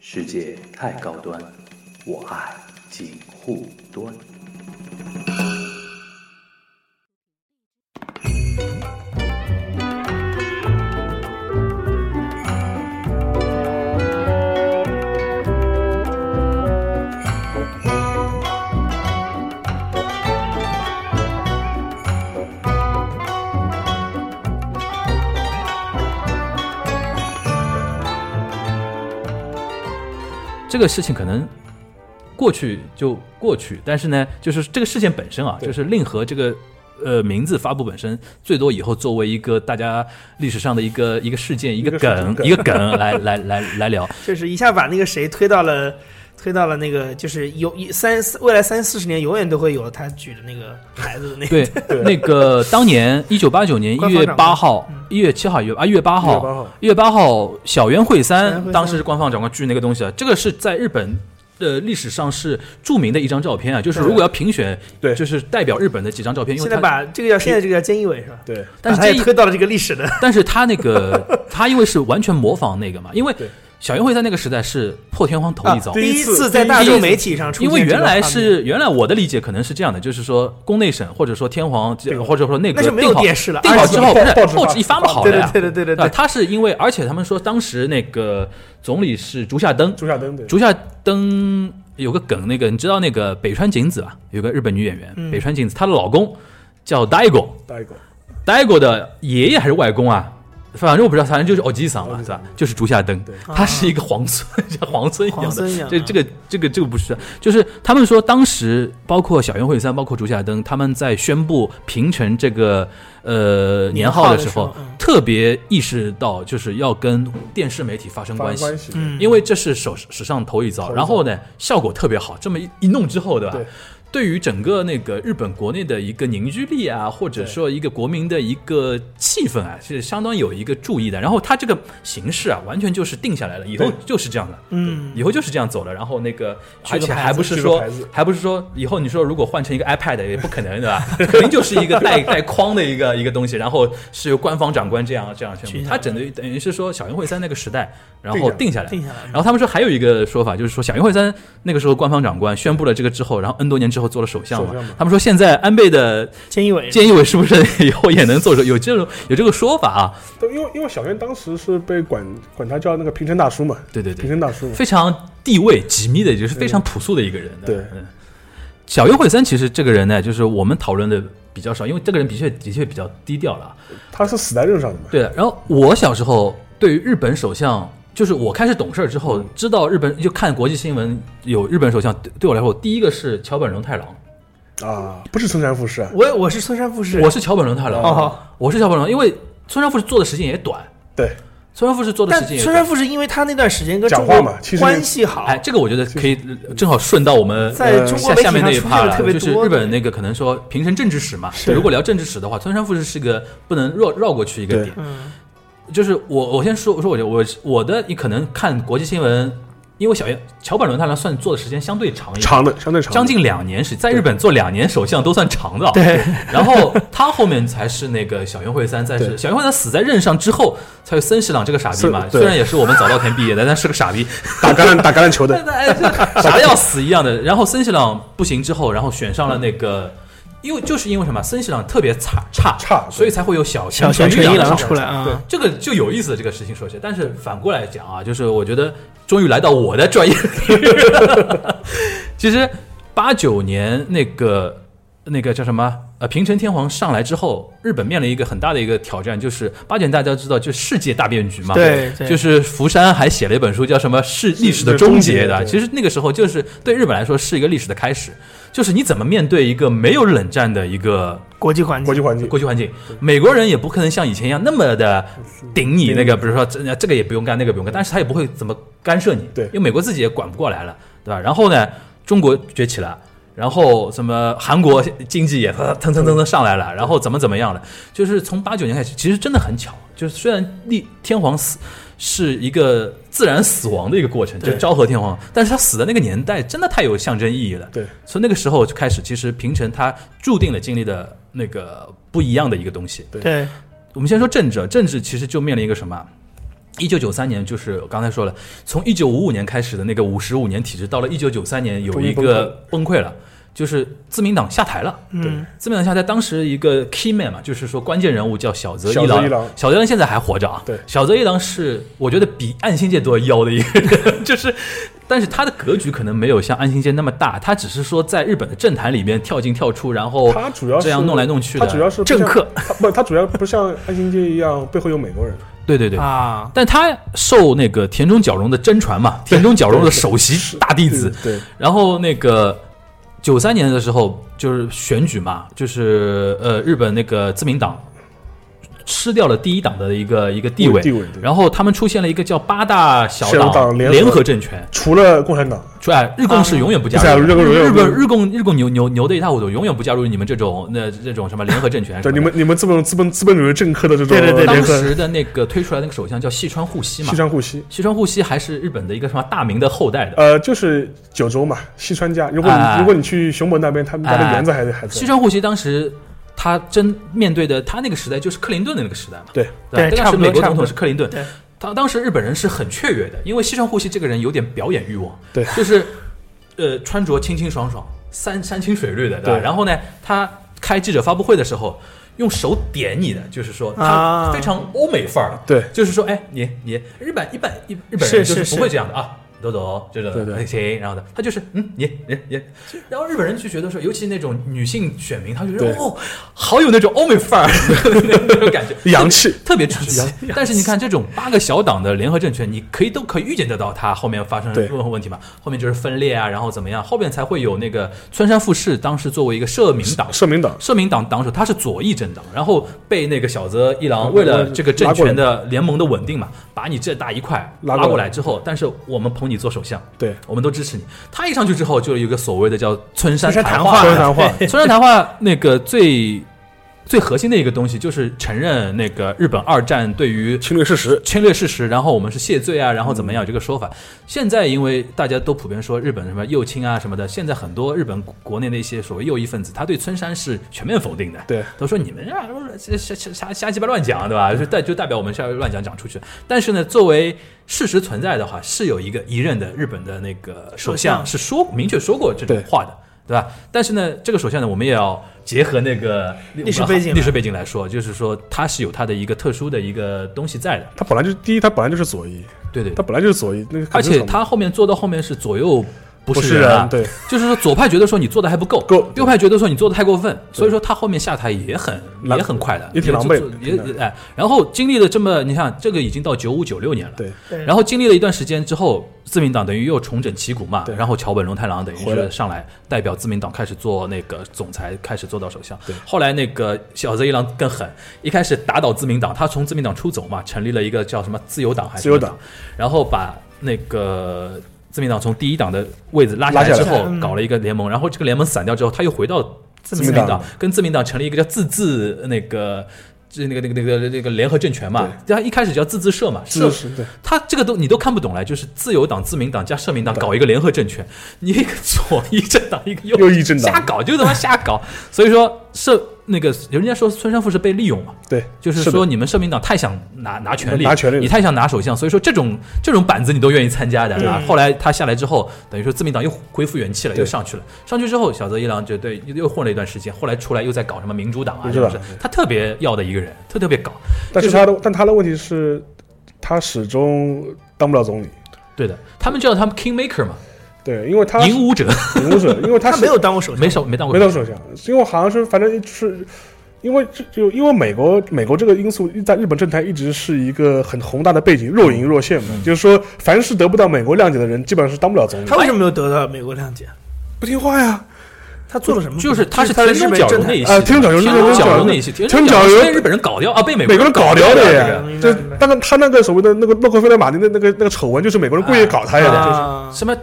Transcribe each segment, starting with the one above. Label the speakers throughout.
Speaker 1: 世界太高端，我爱锦护端。
Speaker 2: 这个事情可能过去就过去，但是呢，就是这个事件本身啊，
Speaker 3: 对
Speaker 2: 就是令和这个呃名字发布本身，最多以后作为一个大家历史上的一个一个事件、一个
Speaker 3: 个事
Speaker 2: 梗、一个梗来来来来聊。
Speaker 4: 就是一下把那个谁推到了，推到了那个就是有一三四未来三四十年永远都会有他举的那个牌子的那个。
Speaker 2: 对，那个当年一九八九年
Speaker 4: 官
Speaker 2: 一
Speaker 4: 方
Speaker 2: 月
Speaker 4: 掌
Speaker 2: 八
Speaker 4: 柜
Speaker 2: 号、一月七号、一月啊一月八
Speaker 3: 1月
Speaker 2: 号
Speaker 3: 8号、
Speaker 2: 一月八号，小渊惠
Speaker 4: 小渊
Speaker 2: 三
Speaker 4: 惠三
Speaker 2: 当时是官方长官剧那个东西啊，这个是在日本。呃，历史上是著名的一张照片啊，就是如果要评选，
Speaker 3: 对
Speaker 2: 就是代表日本的几张照片，因为
Speaker 4: 现在
Speaker 2: 它
Speaker 4: 把这个叫现在这个叫菅义伟是吧？
Speaker 3: 对，
Speaker 2: 但是
Speaker 4: 把他
Speaker 2: 这
Speaker 4: 也
Speaker 2: 一
Speaker 4: 推到了这个历史的，
Speaker 2: 但是他那 个他因为是完全模仿那个嘛，因为
Speaker 3: 对
Speaker 2: 小云会在那个时代是破天荒头一遭。
Speaker 3: 啊对第
Speaker 4: 第
Speaker 3: 一
Speaker 4: 一
Speaker 3: 次
Speaker 4: 次在
Speaker 3: 第一
Speaker 4: 大
Speaker 2: 次
Speaker 4: 众媒体上出现
Speaker 2: 因为
Speaker 4: 这个
Speaker 2: 原来
Speaker 4: 画面
Speaker 2: 是原来我的理解可能是这样的，就是说宫内省或者说天皇
Speaker 3: 个
Speaker 2: 或者说内阁
Speaker 4: 那就没有
Speaker 2: 定好
Speaker 4: 电视了哎
Speaker 2: 定好
Speaker 4: 而
Speaker 3: 且
Speaker 2: 之后不是
Speaker 3: 报报纸
Speaker 2: 报
Speaker 3: 发
Speaker 2: 纸一发不好
Speaker 4: 对
Speaker 2: 了
Speaker 4: 对
Speaker 2: 呀，
Speaker 4: 对对对对
Speaker 2: 吧
Speaker 4: 对，
Speaker 2: 他是因为而且他们说当时那个总理是竹下登，
Speaker 3: 朱夏登对，
Speaker 2: 竹下登有个梗，那个你知道那个北川景子吧？有个日本女演员、
Speaker 4: 嗯
Speaker 2: 北川景子，她的老公叫 Daigo，
Speaker 3: 大一狗，
Speaker 2: 待过的爷爷还是外公啊？反正我不知道，反正就是欧吉
Speaker 4: 哦
Speaker 2: 桑嘛，是吧？就是竹下登
Speaker 3: 对，
Speaker 2: 他是一个皇孙， 像皇孙一样
Speaker 4: 黄
Speaker 2: 的。
Speaker 4: 孙杨啊，
Speaker 2: 这这个这个这个不是，就是他们说当时包括小渊惠三，包括竹下登，他们在宣布平成这个呃年
Speaker 4: 年
Speaker 2: 号
Speaker 4: 号
Speaker 2: 的
Speaker 4: 的
Speaker 2: 时
Speaker 4: 时
Speaker 2: 候
Speaker 4: 候，嗯
Speaker 2: 特别意识到就是要跟电视媒体发生
Speaker 3: 发
Speaker 2: 关
Speaker 3: 生
Speaker 2: 系，
Speaker 3: 关系，
Speaker 4: 嗯，
Speaker 2: 因为这是首史上头一遭。
Speaker 3: 头一遭
Speaker 2: 然后呢，效果特别好，这么一一弄之后，对吧？
Speaker 3: 对
Speaker 2: 对于整个那个日本国内的一个凝聚力啊，或者说一个国民的一个气氛啊，是相当有一个注意的。然后它这个形式啊，完全就是定下来了，以后
Speaker 3: 对
Speaker 2: 就是这样的，
Speaker 4: 嗯
Speaker 2: 以后就是这样走了。然后那个，
Speaker 4: 举
Speaker 2: 而
Speaker 4: 个牌子
Speaker 2: 且还不是
Speaker 3: 举个
Speaker 2: 说
Speaker 3: 牌子，
Speaker 2: 还不是说以后你说如果换成一个 iPad 也不可能，对吧？肯定就是一个带带框的一个一个东西，然后是由官方长官这样这样宣
Speaker 4: 定
Speaker 2: 布。
Speaker 4: 下
Speaker 2: 它
Speaker 4: 来
Speaker 2: 等于等于是说小云会三那个时代，然
Speaker 3: 定
Speaker 2: 后
Speaker 3: 下来
Speaker 2: 定下来，
Speaker 4: 定下来
Speaker 2: 然后他们说还有一个说法，就是说小云惠三那个时候官方长官宣布了这个之后，然后 N 多年之后做了首相嘛
Speaker 3: 首相嘛。
Speaker 2: 他们说现在安倍的
Speaker 4: 菅义伟
Speaker 2: 菅义伟是不是以后也能做首？ 有这种有这个说法啊？
Speaker 3: 都因为因为小渊当时是被管管他叫那个平成大叔嘛，
Speaker 2: 对对
Speaker 3: 平
Speaker 2: 对，
Speaker 3: 成大叔嘛，
Speaker 2: 非常地位极密的，也就是非常朴素的一个人。
Speaker 3: 对
Speaker 2: 嗯小云惠三其实这个人呢，就是我们讨论的比较少，因为这个人的确的确比较低调了啊。
Speaker 3: 他是死在任上的嘛，
Speaker 2: 对，然后我小时候对于日本首相，就是我开始懂事儿之后，
Speaker 3: 嗯
Speaker 2: 知道日本就看国际新闻有日本首相，对对我来说，第一个是桥本龙太郎，
Speaker 3: 啊，不是村山富士啊，
Speaker 4: 我我是孙山富士，
Speaker 2: 我是桥本龙太郎，
Speaker 4: 哦
Speaker 2: 我是桥本龙，因为村上富士做的时间也短，
Speaker 3: 对，
Speaker 2: 村上富士做的
Speaker 4: 但
Speaker 2: 时间也
Speaker 4: 孙山
Speaker 2: 短。
Speaker 4: 富士因为他那段时间跟
Speaker 3: 讲
Speaker 4: 中
Speaker 3: 话
Speaker 4: 国
Speaker 3: 嘛其实
Speaker 4: 关系好，
Speaker 2: 哎，这个我觉得可以，正好顺到我们
Speaker 4: 在中
Speaker 2: 下
Speaker 4: 国媒
Speaker 2: 下面那
Speaker 4: 体上出
Speaker 2: 一
Speaker 4: 现
Speaker 2: 趴
Speaker 4: 的
Speaker 2: 了，
Speaker 4: 特别
Speaker 2: 就是
Speaker 4: 多
Speaker 2: 日
Speaker 4: 的
Speaker 2: 本那个可能说平成政治史嘛。
Speaker 4: 是
Speaker 2: 如果聊政治史的话，村上富士是个不能绕绕过去一个
Speaker 3: 对
Speaker 2: 点。
Speaker 4: 嗯，
Speaker 2: 就是我我先说我说我我我的你可能看国际新闻，因为小叶桥本龙太郎算做的时间相对长一点，
Speaker 3: 长的相对长的，
Speaker 2: 将近两年时，在日本做两年首相都算长的。对，然后他后面才是那个小渊惠三，再是
Speaker 3: 对
Speaker 2: 小渊惠三死在任上之后，才有森喜朗这个傻逼嘛。
Speaker 3: 是对
Speaker 2: 虽然也是我们早稻田毕业的，但是个傻逼，
Speaker 3: 打橄榄打橄榄球的，
Speaker 2: 傻的要死一样的。然后森喜朗不行之后，然后选上了那个。因为就是因为什么，森喜朗特别差差
Speaker 3: 差对
Speaker 2: 所以才会有小
Speaker 4: 小
Speaker 2: 泉
Speaker 4: 泉
Speaker 2: 纯一
Speaker 4: 纯一
Speaker 2: 郎
Speaker 4: 郎
Speaker 2: 上
Speaker 4: 出来啊，
Speaker 2: 这个就有意思，这个事情说起来。但是反过来讲啊，就是我觉得终于来到我的专业领域了。其实八九年那个那个叫什么呃平成天皇上来之后，日本面临一个很大的一个挑战，就是八九年大家知道就世界大变局嘛，
Speaker 4: 对对
Speaker 2: 就是福山还写了一本书叫什么《是历史的终结》的。
Speaker 3: 对
Speaker 2: 其实那个时候就是对日本来说是一个历史的开始，就是你怎么面对一个没有冷战的一个
Speaker 4: 国际环
Speaker 3: 国
Speaker 4: 境
Speaker 3: 际环境
Speaker 2: 国际环境，美国人也不可能像以前一样那么的顶你
Speaker 3: 顶
Speaker 2: 那个，比如说这这个也不用干，那个不用干，但是他也不会怎么干涉你，
Speaker 3: 对
Speaker 2: 因为美国自己也管不过来了，对吧？然后呢，中国崛起了。然后什么韩国经济也腾腾腾腾上来了，然后怎么怎么样了？就是从八九年开始，其实真的很巧，就是虽然立天皇死是一个自然死亡的一个过程，就是
Speaker 3: 对
Speaker 2: 昭和天皇，但是他死的那个年代真的太有象征意义了。
Speaker 3: 对，
Speaker 2: 从那个时候就开始，其实平成它注定了经历的那个不一样的一个东西。
Speaker 3: 对
Speaker 4: 对
Speaker 2: 我们先说政治，政治其实就面临一个什么啊？一九九三年就是我刚才说了，从一九五五年开始的那个五十五年体制，到了一九九三年有
Speaker 3: 终于
Speaker 2: 一个崩溃了，就是自民党下台了。
Speaker 4: 嗯，
Speaker 2: 自民党下台，当时一个 key man 嘛，就是说关键人物叫小泽
Speaker 3: 小
Speaker 2: 一
Speaker 3: 泽
Speaker 2: 郎。
Speaker 3: 一郎
Speaker 2: 小泽一郎现在还活着啊。
Speaker 3: 对
Speaker 2: 小泽一郎是我觉得比暗星界都要妖的一个 人，就是，但是他的格局可能没有像暗星界那么大，他只是说在日本的政坛里面跳进跳出，然后
Speaker 3: 他主要
Speaker 2: 哦
Speaker 3: 是
Speaker 2: 这样弄来弄去的。
Speaker 3: 他主要是不
Speaker 4: 政
Speaker 3: 像
Speaker 4: 客
Speaker 3: 他不，他主要不像安行街一样背后有美 国人，
Speaker 2: 对对对。
Speaker 4: 啊，
Speaker 2: 但他受那个田中角荣的真传嘛，田中角荣的首席大弟子，
Speaker 3: 对，
Speaker 2: 然后那个九三年的时候就是选举嘛，就是呃日本那个自民党吃掉了第一党的一个一个地位，
Speaker 3: 地位对
Speaker 2: 然后他们出现了一个叫八大小
Speaker 3: 小党联合
Speaker 2: 联合政权，
Speaker 3: 除了共产党，
Speaker 2: 出来日共是永远不加入
Speaker 3: 不
Speaker 2: 的，
Speaker 3: 加入日共
Speaker 2: 日
Speaker 3: 日共
Speaker 2: 本日共日共牛牛牛的一塌糊涂，永远不加入你们这种那这种什么联合政权什么的。
Speaker 3: 对你们你们这种资本资本主义政客的这种
Speaker 4: 对对对
Speaker 2: 当
Speaker 3: 联合
Speaker 2: 时的那个推出来那个首相叫细川护熙嘛
Speaker 3: 西，川护西，
Speaker 2: 细川护熙还是日本的一个什么大名的后代的。
Speaker 3: 呃，就是九州嘛，西川家。如果你、
Speaker 2: 哎
Speaker 3: 如果你去熊本那边，他们家的
Speaker 2: 哎
Speaker 3: 园子还、还
Speaker 2: 西
Speaker 3: 在。
Speaker 2: 川护熙当时他真面对的他那个时代就是克林顿的那个时代嘛，
Speaker 3: 对
Speaker 2: 对吧，
Speaker 4: 对
Speaker 2: 当
Speaker 4: 差
Speaker 2: 时
Speaker 4: 不多
Speaker 2: 美国
Speaker 4: 差
Speaker 2: 总
Speaker 4: 不
Speaker 2: 统
Speaker 4: 多
Speaker 2: 是克林顿
Speaker 4: 对，
Speaker 2: 当当时日本人是很雀跃的，因为西川护熙这个人有点表演欲望，
Speaker 3: 对
Speaker 2: 就是呃穿着清清爽爽、山山清水绿的，对吧？
Speaker 3: 对
Speaker 2: 然后呢，他开记者发布会的时候。用手点你的，就是说他
Speaker 4: 啊
Speaker 2: 非常欧美范儿、
Speaker 3: 对
Speaker 2: 就是说，哎，你你日本一般一日本
Speaker 4: 是
Speaker 2: 人就是不
Speaker 4: 是
Speaker 2: 会这样的啊，走走，这种
Speaker 3: 对对
Speaker 2: 行，然后呢，他就是嗯，你你你，然后日本人就觉得说，尤其那种女性选民，他就觉
Speaker 3: 对
Speaker 2: 得哦，好有那种欧美范儿 那种感觉，
Speaker 3: 洋气，
Speaker 2: 特别洋气。但是你看这种八个小党的联合政权，你可以都可以预见得到它后面发生
Speaker 3: 对
Speaker 2: 任何问题嘛？后面就是分裂啊，然后怎么样？后面才会有那个村山富士当时作为一个社民党。
Speaker 3: 社民啊党
Speaker 2: 社民党党首他是左翼政党，然后被那个小泽一
Speaker 3: 嗯
Speaker 2: 郎为了这个政权的联盟的稳定嘛，把你这大一块
Speaker 3: 拉
Speaker 2: 拉
Speaker 3: 过来
Speaker 2: 过来之后，但是我们捧你做首相，
Speaker 3: 对
Speaker 2: 我们都支持你。他一上去之后，就有一个所谓的叫村山
Speaker 4: 村山
Speaker 2: 谈
Speaker 4: 谈
Speaker 2: 话。
Speaker 4: 话
Speaker 3: 村山谈话，
Speaker 2: 村山谈话那个最最核心的一个东西，就是承认那个日本二战对于
Speaker 3: 侵略事实，
Speaker 2: 侵略事实，然后我们是谢罪啊，然后怎么样有这个说法。现在因为大家都普遍说日本什么右倾啊什么的，现在很多日本国内的一些所谓右翼分子，他对村山是全面否定的。
Speaker 3: 对，
Speaker 2: 都说你们啊瞎瞎瞎瞎瞎鸡巴乱讲，对吧？就代就代表我们瞎乱讲讲出去。但是呢，作为事实存在的话，是有一个一任的日本的那个首相
Speaker 4: 首相
Speaker 2: 是说明确说过这种
Speaker 3: 对
Speaker 2: 话的。对吧？但是呢，这个首相呢，我们也要结合那个
Speaker 4: 历史背景
Speaker 2: 历史背景来说，就是说他是有他的一个特殊的一个东西在的。
Speaker 3: 他本来就是第一，他本来就是左翼，
Speaker 2: 对对
Speaker 3: 他本来就是左翼，那个
Speaker 2: 而
Speaker 3: 很正
Speaker 2: 且
Speaker 3: 常嘛
Speaker 2: 他后面做到后面是左右不
Speaker 3: 不
Speaker 2: 是
Speaker 3: 是
Speaker 2: 人啊，
Speaker 3: 人，对，
Speaker 2: 就是说左派觉得说你做的还不够，
Speaker 3: 够
Speaker 2: 右派觉得说你做的太过分，所以说他后面下台也很
Speaker 3: 狼
Speaker 2: 也很快的，
Speaker 3: 也挺
Speaker 2: 就
Speaker 3: 狼狈
Speaker 2: 就
Speaker 3: 的
Speaker 2: 也
Speaker 3: 真
Speaker 2: 也哎，然后经历了这么，你看这个已经到九五九六年了，
Speaker 3: 对，
Speaker 4: 对
Speaker 2: 然后经历了一段时间之后，自民党等于又重整旗鼓嘛
Speaker 3: 对，
Speaker 2: 然后桥本龙太郎等于
Speaker 3: 回
Speaker 2: 是
Speaker 3: 来
Speaker 2: 上来代表自民党开始做那个总裁，开始做到首相
Speaker 3: 对。
Speaker 2: 后来那个小泽一郎更狠，一开始打倒自民党，他从自民党出走嘛，成立了一个叫什么自由党还是
Speaker 3: 自由党
Speaker 2: 什么，然后把那个。自民党从第一党的位置拉下来
Speaker 3: 拉下
Speaker 2: 之
Speaker 3: 来
Speaker 2: 后，
Speaker 4: 嗯
Speaker 2: 搞了一个联盟，然后这个联盟散掉之后，他又回到自
Speaker 3: 民
Speaker 2: 民
Speaker 3: 党
Speaker 2: 党，跟自民党成立一个叫自治那个，这那个那个那个那个联合政权嘛。他一开始叫自治社嘛，社
Speaker 3: 是是，对，
Speaker 2: 他这个都你都看不懂了，就是自由党、自民党加社民党搞一个联合政权，你一个左翼政党，一个右
Speaker 3: 右翼政党
Speaker 2: 瞎搞就他妈瞎搞。所以说社那个人家说村山富是被利用嘛，
Speaker 3: 对，
Speaker 2: 就是
Speaker 3: 的
Speaker 2: 说你们社民党太想拿拿权力，
Speaker 3: 拿权力了
Speaker 2: 你太想拿首相，所以说这种这种板子你都愿意参加的。啊后来他下来之后，等于说自民党又恢复元气了，
Speaker 3: 对
Speaker 2: 又上去了。上去之后，小泽一郎就对又又混了一段时间，后来出来又在搞什么民主党啊，
Speaker 3: 民
Speaker 2: 是
Speaker 3: 主
Speaker 2: 不
Speaker 3: 党
Speaker 2: 是？他特别要的一个人，特特别搞。
Speaker 3: 但
Speaker 2: 就是
Speaker 3: 他的，但他的问题是，他始终当不了总理。
Speaker 2: 对的，他们叫他们 king maker 嘛，
Speaker 3: 对，因为他
Speaker 2: 影武者，
Speaker 3: 领舞者，因为他
Speaker 4: 他
Speaker 3: 是
Speaker 4: 没有当过首相，
Speaker 2: 没少没当过
Speaker 3: 没当首相，因为好像是反正就是，因为这就因为美国美国这个因素在日本政坛一直是一个很宏大的背景，若隐若现嘛，
Speaker 2: 嗯
Speaker 3: 就是说凡是得不到美国谅解的人，基本上是当不了总理
Speaker 4: 他。为什么没有得到美国谅解？
Speaker 3: 不听话呀，
Speaker 4: 他做了什么？
Speaker 2: 就是他是
Speaker 4: 他
Speaker 2: 天
Speaker 4: 的
Speaker 2: 中
Speaker 4: 日
Speaker 2: 角荣
Speaker 4: 本政
Speaker 2: 那
Speaker 4: 坛
Speaker 2: 一系，
Speaker 3: 啊天中角荣
Speaker 2: 天
Speaker 3: 天
Speaker 2: 中
Speaker 3: 中
Speaker 2: 角
Speaker 3: 角荣
Speaker 2: 荣那一系，天
Speaker 3: 天中角
Speaker 2: 荣
Speaker 3: 荣
Speaker 2: 被日本人搞掉啊，被美
Speaker 3: 美国人搞掉的
Speaker 2: 这
Speaker 3: 呀
Speaker 2: 个。
Speaker 4: 明白
Speaker 3: 就
Speaker 4: 明白
Speaker 3: 但是他那个所谓的那个洛克菲勒马丁的那个那个丑闻，就是美国人故意搞他呀，
Speaker 4: 啊，
Speaker 2: 什么？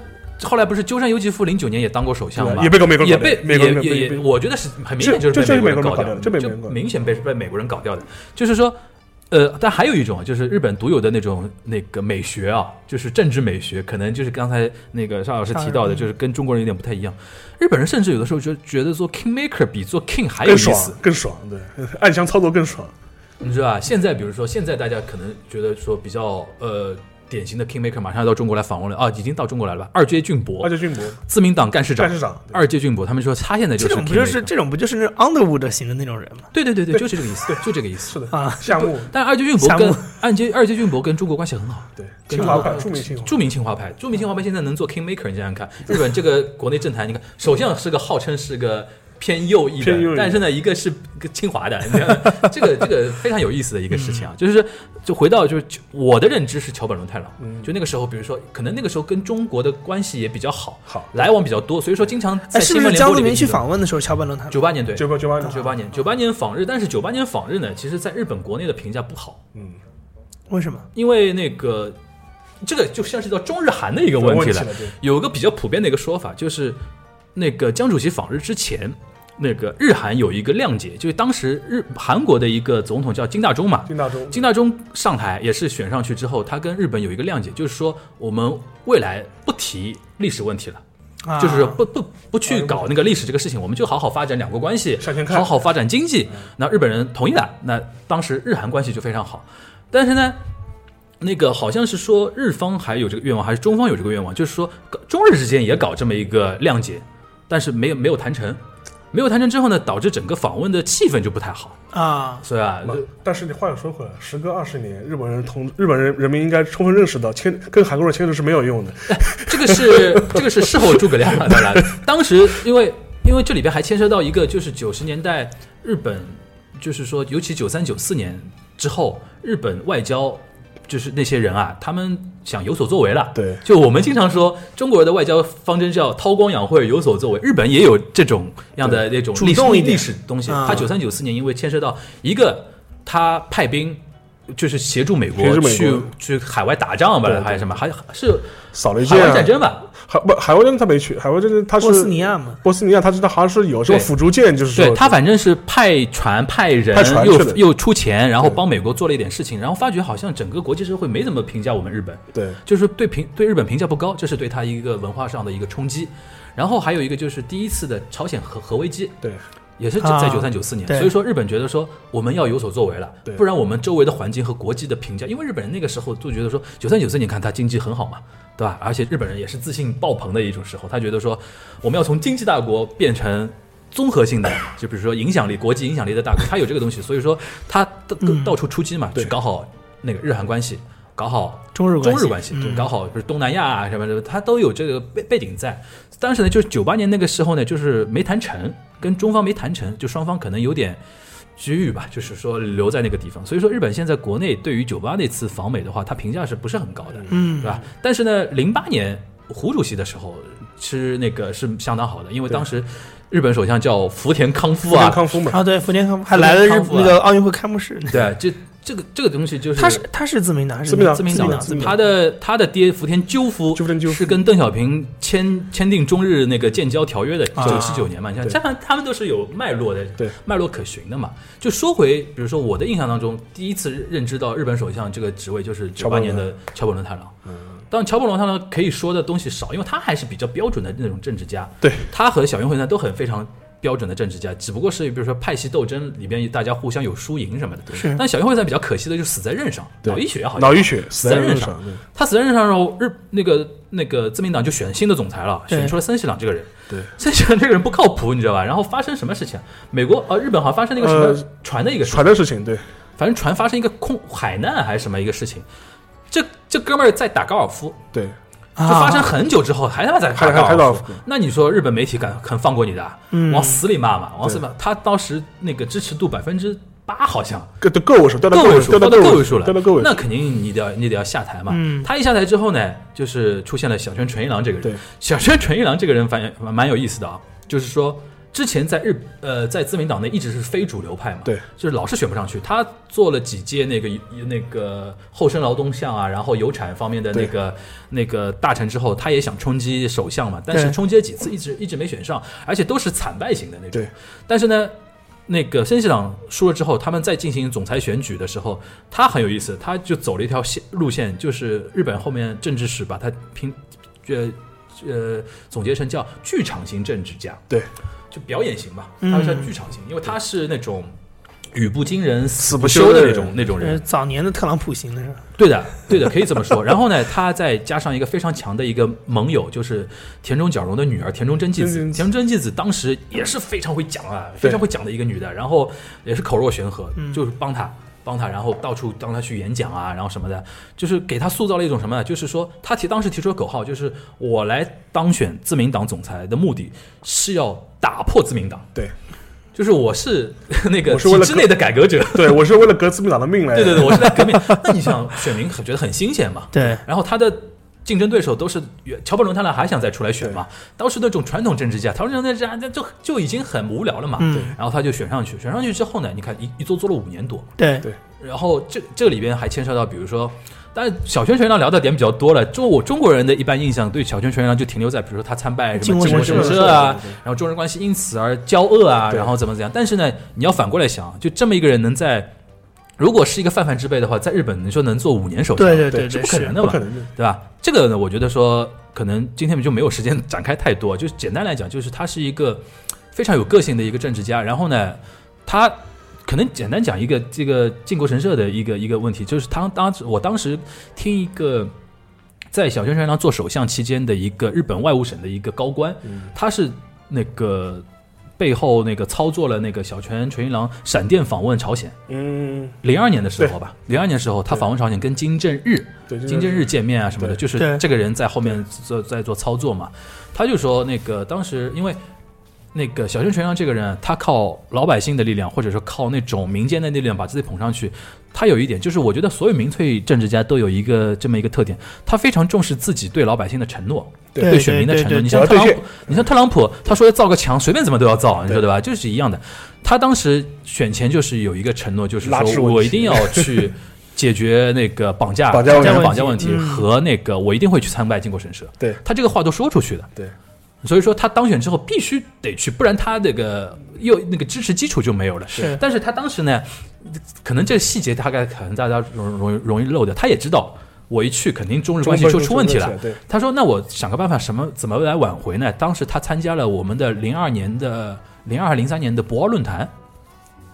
Speaker 2: 后来不是鸠山由纪夫零九年也当过首相嘛，
Speaker 3: 也被搞美国人
Speaker 2: 也
Speaker 3: 搞掉
Speaker 2: 被
Speaker 3: 美国人
Speaker 2: 也
Speaker 3: 被
Speaker 2: 也
Speaker 3: 被
Speaker 2: 也，我觉得是很明显
Speaker 3: 这
Speaker 2: 是
Speaker 3: 这
Speaker 2: 被
Speaker 3: 就是
Speaker 2: 美
Speaker 3: 美
Speaker 2: 国
Speaker 3: 国
Speaker 2: 人
Speaker 3: 人搞掉的这被
Speaker 2: 就
Speaker 3: 美国人
Speaker 2: 明显被被美国人搞掉的。就是说，呃，但还有一种啊就是日本独有的那种那个美学啊，就是政治美学，可能就是刚才那个邵老师提到的，
Speaker 4: 嗯
Speaker 2: 就是跟中国人有点不太一样。日本人甚至有的时候觉得觉得做 king maker 比做 king 还有
Speaker 3: 更
Speaker 2: 意
Speaker 3: 爽
Speaker 2: 思，
Speaker 3: 更爽，对，暗箱操作更爽。
Speaker 2: 你知道吧？现在比如说，现在大家可能觉得说比较呃典型的 kingmaker 马上要到中国来访问了啊，已经到中国来了吧？二阶俊博
Speaker 3: 二，阶俊博
Speaker 2: 自民党干事长
Speaker 3: 干，事长，对
Speaker 2: 二阶俊博，他们说他现在就
Speaker 4: 这
Speaker 2: 是
Speaker 4: 种不就是
Speaker 2: kingmaker
Speaker 4: 这种不就是那 Underwood 型的那种人吗？
Speaker 2: 对对对对，就是这个意思，就这个意思。
Speaker 3: 是的
Speaker 4: 啊，
Speaker 3: 项目
Speaker 2: 但二阶俊博跟
Speaker 4: 夏
Speaker 2: 二阶二阶俊博跟中国关系很好，
Speaker 3: 对
Speaker 2: 跟
Speaker 3: 清华
Speaker 2: 中国
Speaker 3: 派著名清华派
Speaker 2: 著名清华派，著名清华派现在能做 king maker，你想想看，日本这个国内政坛，你看首相是个号称是个偏右翼的
Speaker 3: 偏右翼，的
Speaker 2: 但是呢，一个是个清华的，你知道吗这个这个非常有意思的一个事
Speaker 3: 嗯
Speaker 2: 情啊，就是就回到就是我的认知是桥本龙太郎，
Speaker 3: 嗯
Speaker 2: 就那个时候，比如说可能那个时候跟中国的关系也比较好，
Speaker 3: 好
Speaker 2: 来往比较多，所以说经常在
Speaker 4: 哎，是
Speaker 2: 新闻
Speaker 4: 不是
Speaker 2: 联
Speaker 4: 江
Speaker 2: 播
Speaker 4: 泽
Speaker 2: 里面
Speaker 4: 民去
Speaker 2: 听到
Speaker 4: 访问的时候，桥本龙他
Speaker 2: 九八年对
Speaker 3: 九八九八
Speaker 2: 九八年九八年访日，但是九八年访日呢，其实在日本国内的评价不好。
Speaker 3: 嗯，
Speaker 4: 为什么？
Speaker 2: 因为那个这个就涉及到中日韩的一个问题
Speaker 3: 题
Speaker 2: 了。
Speaker 3: 了，对
Speaker 2: 有一个比较普遍的一个说法，就是那个江主席访日之前，那个日韩有一个谅解，就是当时日韩国的一个总统叫金大中嘛，
Speaker 3: 金大中
Speaker 2: 金大中上台也是选上去之后，他跟日本有一个谅解，就是说我们未来不提历史问题了。
Speaker 4: 啊
Speaker 2: 就是说不不不去搞那个历史这个事情，我们就好好发展两国关系
Speaker 3: 向前，看嗯
Speaker 2: 好好发展经济。那日本人同意了，那当时日韩关系就非常好。但是呢，那个好像是说日方还有这个愿望，还是中方有这个愿望，就是说搞中日之间也搞这么一个谅解，但是没有没有谈成。没有谈成之后呢，导致整个访问的气氛就不太好，
Speaker 4: 啊，
Speaker 2: 所以啊，
Speaker 3: 嘛但是你话又说回来，时隔二十年，日本人同日本人人民应该充分认识到签跟韩国人签署是没有用的，
Speaker 2: 这个是 这个是事后诸葛亮啊，当然，当时因为因为这里边还牵涉到一个，就是九十年代日本，就是说，尤其九三九四年之后，日本外交就是那些人啊，他们想有所作为了。
Speaker 3: 对
Speaker 2: 就我们经常说中国的外交方针叫韬光养晦，有所作为，日本也有这种样的那种
Speaker 4: 主
Speaker 2: 历史
Speaker 4: 动一点
Speaker 2: 历史东西。
Speaker 3: 嗯
Speaker 4: 啊
Speaker 2: 他九三九四年因为牵涉到一个他派兵。就是协助美国
Speaker 3: 协助美国
Speaker 2: 去去海外打仗吧
Speaker 3: 对，对
Speaker 2: 还是什么？还是
Speaker 3: 扫雷
Speaker 2: 海
Speaker 3: 舰
Speaker 2: 湾
Speaker 3: 啊
Speaker 2: 战争吧？
Speaker 3: 海不海湾战争他没去，海湾战争他是
Speaker 4: 波斯尼亚嘛，
Speaker 3: 波斯尼亚，他知道好像是有什么
Speaker 2: 对
Speaker 3: 辅助舰，就是说
Speaker 2: 对他反正是派船派人，
Speaker 3: 派船去
Speaker 2: 又
Speaker 3: 的
Speaker 2: 又出钱，然后帮美国做了一点事情，然后发觉好像整个国际社会没怎么评价我们日本，
Speaker 3: 对
Speaker 2: 就是对评对日本评价不高，这是对他一个文化上的一个冲击。然后还有一个就是第一次的朝鲜核核危机，
Speaker 3: 对
Speaker 2: 也是在
Speaker 4: 啊
Speaker 2: 九三九四年，
Speaker 4: 对
Speaker 2: 所以说日本觉得说我们要有所作为了
Speaker 3: 对，
Speaker 2: 不然我们周围的环境和国际的评价，因为日本人那个时候就觉得说九三九四年看他经济很好嘛，对吧？而且日本人也是自信爆棚的一种时候，他觉得说我们要从经济大国变成。综合性的，就比如说影响力、国际影响力的大国，他有这个东西，所以说他到到处出击嘛，
Speaker 3: 对
Speaker 2: 去搞好那个日韩关系，搞好
Speaker 4: 中日
Speaker 2: 中
Speaker 4: 关系嗯
Speaker 2: 日关系，对，搞好就是东南亚啊什么的，它都有这个背背景在。当时呢，就是九八年那个时候呢，就是没谈成，跟中方没谈成，就双方可能有点局域吧，就是说留在那个地方。所以说，日本现在国内对于九八那次访美的话，它评价是不是很高的，
Speaker 4: 嗯
Speaker 2: 对吧？但是呢，零八年胡主席的时候是那个是相当好的，因为当时日本首相叫福田康夫
Speaker 3: 跟
Speaker 2: 啊，
Speaker 3: 康夫嘛，
Speaker 4: 啊，对，福田康夫还来了日
Speaker 2: 康夫啊
Speaker 4: 那个奥运会开幕式，
Speaker 2: 对，这这个这个东西就是
Speaker 4: 他是他是自民党还是
Speaker 3: 啊自民党
Speaker 2: 自民党的
Speaker 3: 自民
Speaker 2: 他
Speaker 3: 党
Speaker 2: 的他的爹福田赳夫
Speaker 3: 鸠福田赳夫
Speaker 2: 是跟邓小平签签订中日那个建交条约的
Speaker 4: 啊
Speaker 2: 九七九年嘛，你看，
Speaker 3: 对
Speaker 2: 这样他们都是有脉络的，
Speaker 3: 对
Speaker 2: 脉络可循的嘛。就说回，比如说我的印象当中，第一次认知到日本首相这个职位就是九
Speaker 3: 桥
Speaker 2: 八
Speaker 3: 本
Speaker 2: 年的桥本龙太郎。嗯但桥本龙太郎可以说的东西少，因为他还是比较标准的那种政治家。
Speaker 3: 对，
Speaker 2: 他和小渊惠呢都很非常标准的政治家，只不过是比如说派系斗争里边大家互相有输赢什么的。
Speaker 4: 是
Speaker 2: 但小渊惠呢比较可惜的就死在任上，
Speaker 3: 对
Speaker 2: 脑溢血好像。
Speaker 3: 脑溢血死
Speaker 2: 死
Speaker 3: 在
Speaker 2: 在
Speaker 3: 任
Speaker 2: 任
Speaker 3: 上
Speaker 2: 上，
Speaker 3: 对
Speaker 2: 他死在任上的时候，日那个那个自民党就选新的总裁了，
Speaker 4: 对
Speaker 2: 选出了森喜朗这个人。
Speaker 3: 对，
Speaker 2: 森喜朗这个人不靠谱，你知道吧？然 后发生什么事情？美国呃，日本好像发生了一个什
Speaker 3: 呃
Speaker 2: 么船的一个事情
Speaker 3: 船的事情，对
Speaker 2: 反正船发生一个空海难还是什么一个事情。这这哥们儿在打高尔夫，
Speaker 3: 对
Speaker 2: 就
Speaker 4: 啊
Speaker 2: 发生很久之后还他妈在打
Speaker 3: 还还打高
Speaker 2: 高
Speaker 3: 尔
Speaker 2: 尔
Speaker 3: 夫
Speaker 2: 夫。那你说日本媒体敢肯放过你的啊？
Speaker 4: 嗯
Speaker 2: 往死里骂嘛，往死里骂。他当时那个支持度百分之八好像，
Speaker 3: 个都够位数，掉到
Speaker 2: 个
Speaker 3: 位
Speaker 2: 位
Speaker 3: 数，
Speaker 2: 数，
Speaker 3: 掉
Speaker 2: 到
Speaker 3: 到
Speaker 2: 个
Speaker 3: 位
Speaker 2: 数了，
Speaker 3: 掉到个位数
Speaker 2: 那，肯定你得要你得要下台嘛。
Speaker 4: 嗯
Speaker 2: 他一下台之后呢，就是出现了小泉纯一郎这个
Speaker 3: 对
Speaker 2: 人。 小泉纯一郎这个人反蛮蛮有意思的啊，就是说之前在日呃在自民党内一直是非主流派嘛，
Speaker 3: 对，
Speaker 2: 就是老是选不上去。他做了几届那个那个厚生劳动相啊，然后有产方面的那个那个大臣之后，他也想冲击首相嘛，但是
Speaker 4: 对
Speaker 2: 冲击了几次一直一直没选上，而且都是惨败型的那种
Speaker 3: 对。
Speaker 2: 但是呢，那个森西朗输了之后，他们在进行总裁选举的时候，他很有意思，他就走了一条线路线，就是日本后面政治史把它拼，呃呃总结成叫剧场型政治家，
Speaker 3: 对
Speaker 2: 就表演型嘛，
Speaker 4: 嗯
Speaker 2: 他们叫剧场型，因为他是那种语不惊人死不
Speaker 3: 死不
Speaker 2: 休
Speaker 3: 休的
Speaker 2: 的
Speaker 3: 人
Speaker 2: 那种那种人
Speaker 4: 呃，。早年的特朗普型的是吧？
Speaker 2: 对的，对的，可以这么说。然 后呢，他再加上一个非常强的一个盟友，就是田中角荣的女儿田中真纪子。
Speaker 3: 真纪子
Speaker 2: 田中真纪子当时也是非常会讲啊，非常会讲的一个女的，然后也是口若悬河，
Speaker 3: 嗯
Speaker 2: 就是帮他。帮他，然后到处让他去演讲啊，然后什么的，就是给他塑造了一种什么呢？就是说，他提当时提出的口号就是“我来当选自民党总裁”的目的是要打破自民党，
Speaker 3: 对
Speaker 2: 就是我是 那个
Speaker 3: 我是
Speaker 2: 体
Speaker 3: 为了
Speaker 2: 制内的改革 者，
Speaker 3: 对，我是为了革自民党的命来的。
Speaker 2: 对对对，我是在革命。那你想，选民很觉得很新鲜嘛？
Speaker 4: 对，
Speaker 2: 然后他的竞争对手都是乔本龙，他俩还想再出来选嘛？当时那种传统政治家，传统政治家那就就已经很无聊了嘛。
Speaker 4: 嗯对
Speaker 2: 然后他就选上去，选上去之后呢，你看一一做做了五年多，
Speaker 4: 对，
Speaker 2: 然后这这里边还牵涉到，比如说。但是小泉纯一郎聊的点比较多了，中我中国人的一般印象对小泉纯一郎就停留在，比如说他参拜什么
Speaker 4: 靖
Speaker 2: 靖
Speaker 4: 国
Speaker 2: 国
Speaker 4: 神
Speaker 2: 神
Speaker 4: 社
Speaker 2: 社啊
Speaker 3: 对对对，
Speaker 2: 然后中日关系因此而交恶啊，
Speaker 3: 对
Speaker 2: 然后怎么怎么样。但是呢，你要反过来想，就这么一个人能在，如果是一个泛泛之辈的话，在日本你说能做五年首相，
Speaker 4: 对对
Speaker 3: 对
Speaker 4: 对
Speaker 2: 是
Speaker 4: 对，
Speaker 2: 不可能
Speaker 4: 是，
Speaker 2: 的
Speaker 3: 不
Speaker 2: 嘛
Speaker 3: 可，能的。
Speaker 2: 对吧？这个呢，我觉得说可能今天就没有时间 展开太多，就是简单来讲，就是他是一个非常有个性的一个政治家。然后呢，他可能简单讲一个这个靖国神社的一个一个问题，就是他当时我当时听一个。在小泉纯一郎做首相期间的一个日本外务省的一个高官，他是那个背后那个操作了那个小泉纯一郎闪电访问朝鲜，
Speaker 3: 嗯，
Speaker 2: 零二年的时候吧，零二年的时候他访问朝鲜跟金正日，
Speaker 3: 对，
Speaker 2: 金正日见面啊什么的，
Speaker 3: 对
Speaker 2: 就是
Speaker 4: 对
Speaker 2: 这个人在后面做在做操作嘛。他就说那个当时因为那个小泉纯一郎这个人啊，他靠老百姓的力量，或者说靠那种民间的力量把自己捧上去。他有一点就是，我觉得所有民粹政治家都有一个这么一个特点，他非常重视自己对老百姓的承诺。
Speaker 3: 对
Speaker 4: 对
Speaker 2: 选民的
Speaker 4: 对
Speaker 2: 承
Speaker 4: 对
Speaker 2: 诺，你
Speaker 3: 我
Speaker 2: 像
Speaker 3: 要
Speaker 2: 特朗
Speaker 3: 兑
Speaker 2: 普，你像特朗普，他说要造个墙，随便怎么都要造，啊你说对吧？就是一样的。他当时选前就是有一个承诺，就是
Speaker 3: 拉
Speaker 2: 说
Speaker 3: 致问题
Speaker 2: 我一定要去解决那个绑架、
Speaker 3: 绑架问题
Speaker 2: 绑架问题
Speaker 4: 嗯
Speaker 2: 和那个我一定会去参拜靖国神社。
Speaker 3: 对
Speaker 2: 他这个话都说出去的，
Speaker 3: 对，
Speaker 2: 所以说他当选之后必须得去，不然他这个又那个支持基础就没有了。
Speaker 4: 是
Speaker 2: 但是他当时呢，可能这细节大概可能大家容容易容易漏掉，他也知道我一去肯定中日关系就出问题了。
Speaker 3: 对，
Speaker 2: 他说：“那我想个办法，什么怎么来挽回呢？”当时他参加了我们的零二年的零二零三年的博鳌论坛，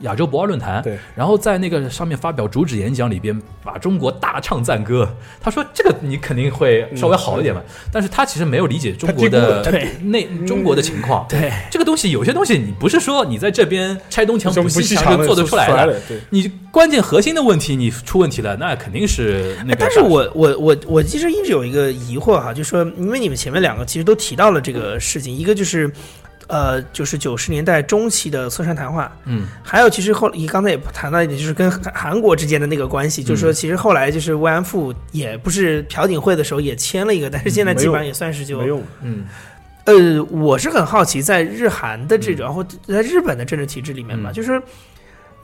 Speaker 2: 亚洲博鳌论坛。
Speaker 3: 对，
Speaker 2: 然后在那个上面发表主旨演讲，里边把中国大唱赞歌。他说：“这个你肯定会稍微好一点嘛。但是他其实没有理解中国的
Speaker 4: 嗯他低估了
Speaker 2: 内中国的情况。
Speaker 4: 对，
Speaker 2: 这个东西有些东西你不是说你在这边拆东墙
Speaker 3: 就
Speaker 2: 补
Speaker 3: 不
Speaker 2: 西
Speaker 3: 细
Speaker 2: 墙
Speaker 3: 墙
Speaker 2: 就做得出来
Speaker 3: 了
Speaker 2: 的。，
Speaker 3: 对，
Speaker 2: 你关键核心的问题你出问题了，那肯定是那个。
Speaker 4: 哎但是我我我我其实一直有一个疑惑哈，就说因为你们前面两个其实都提到了这个事情，一个就是。呃，就是九十年代中期的村上谈话，
Speaker 2: 嗯，
Speaker 4: 还有其实后，你刚才也谈到一点，就是跟韩韩国之间的那个
Speaker 3: 嗯
Speaker 4: 关系，就是说其实后来就是慰安妇也不是朴槿惠的时候也签了一个，但是现在
Speaker 3: 嗯没
Speaker 4: 基本上
Speaker 3: 有
Speaker 4: 也算是就
Speaker 3: 没用。
Speaker 2: 嗯。”
Speaker 4: 呃，我是很好奇，在日韩的这
Speaker 3: 嗯
Speaker 4: 种、或者在日本的政治体制里面吧，
Speaker 2: 嗯
Speaker 4: 就是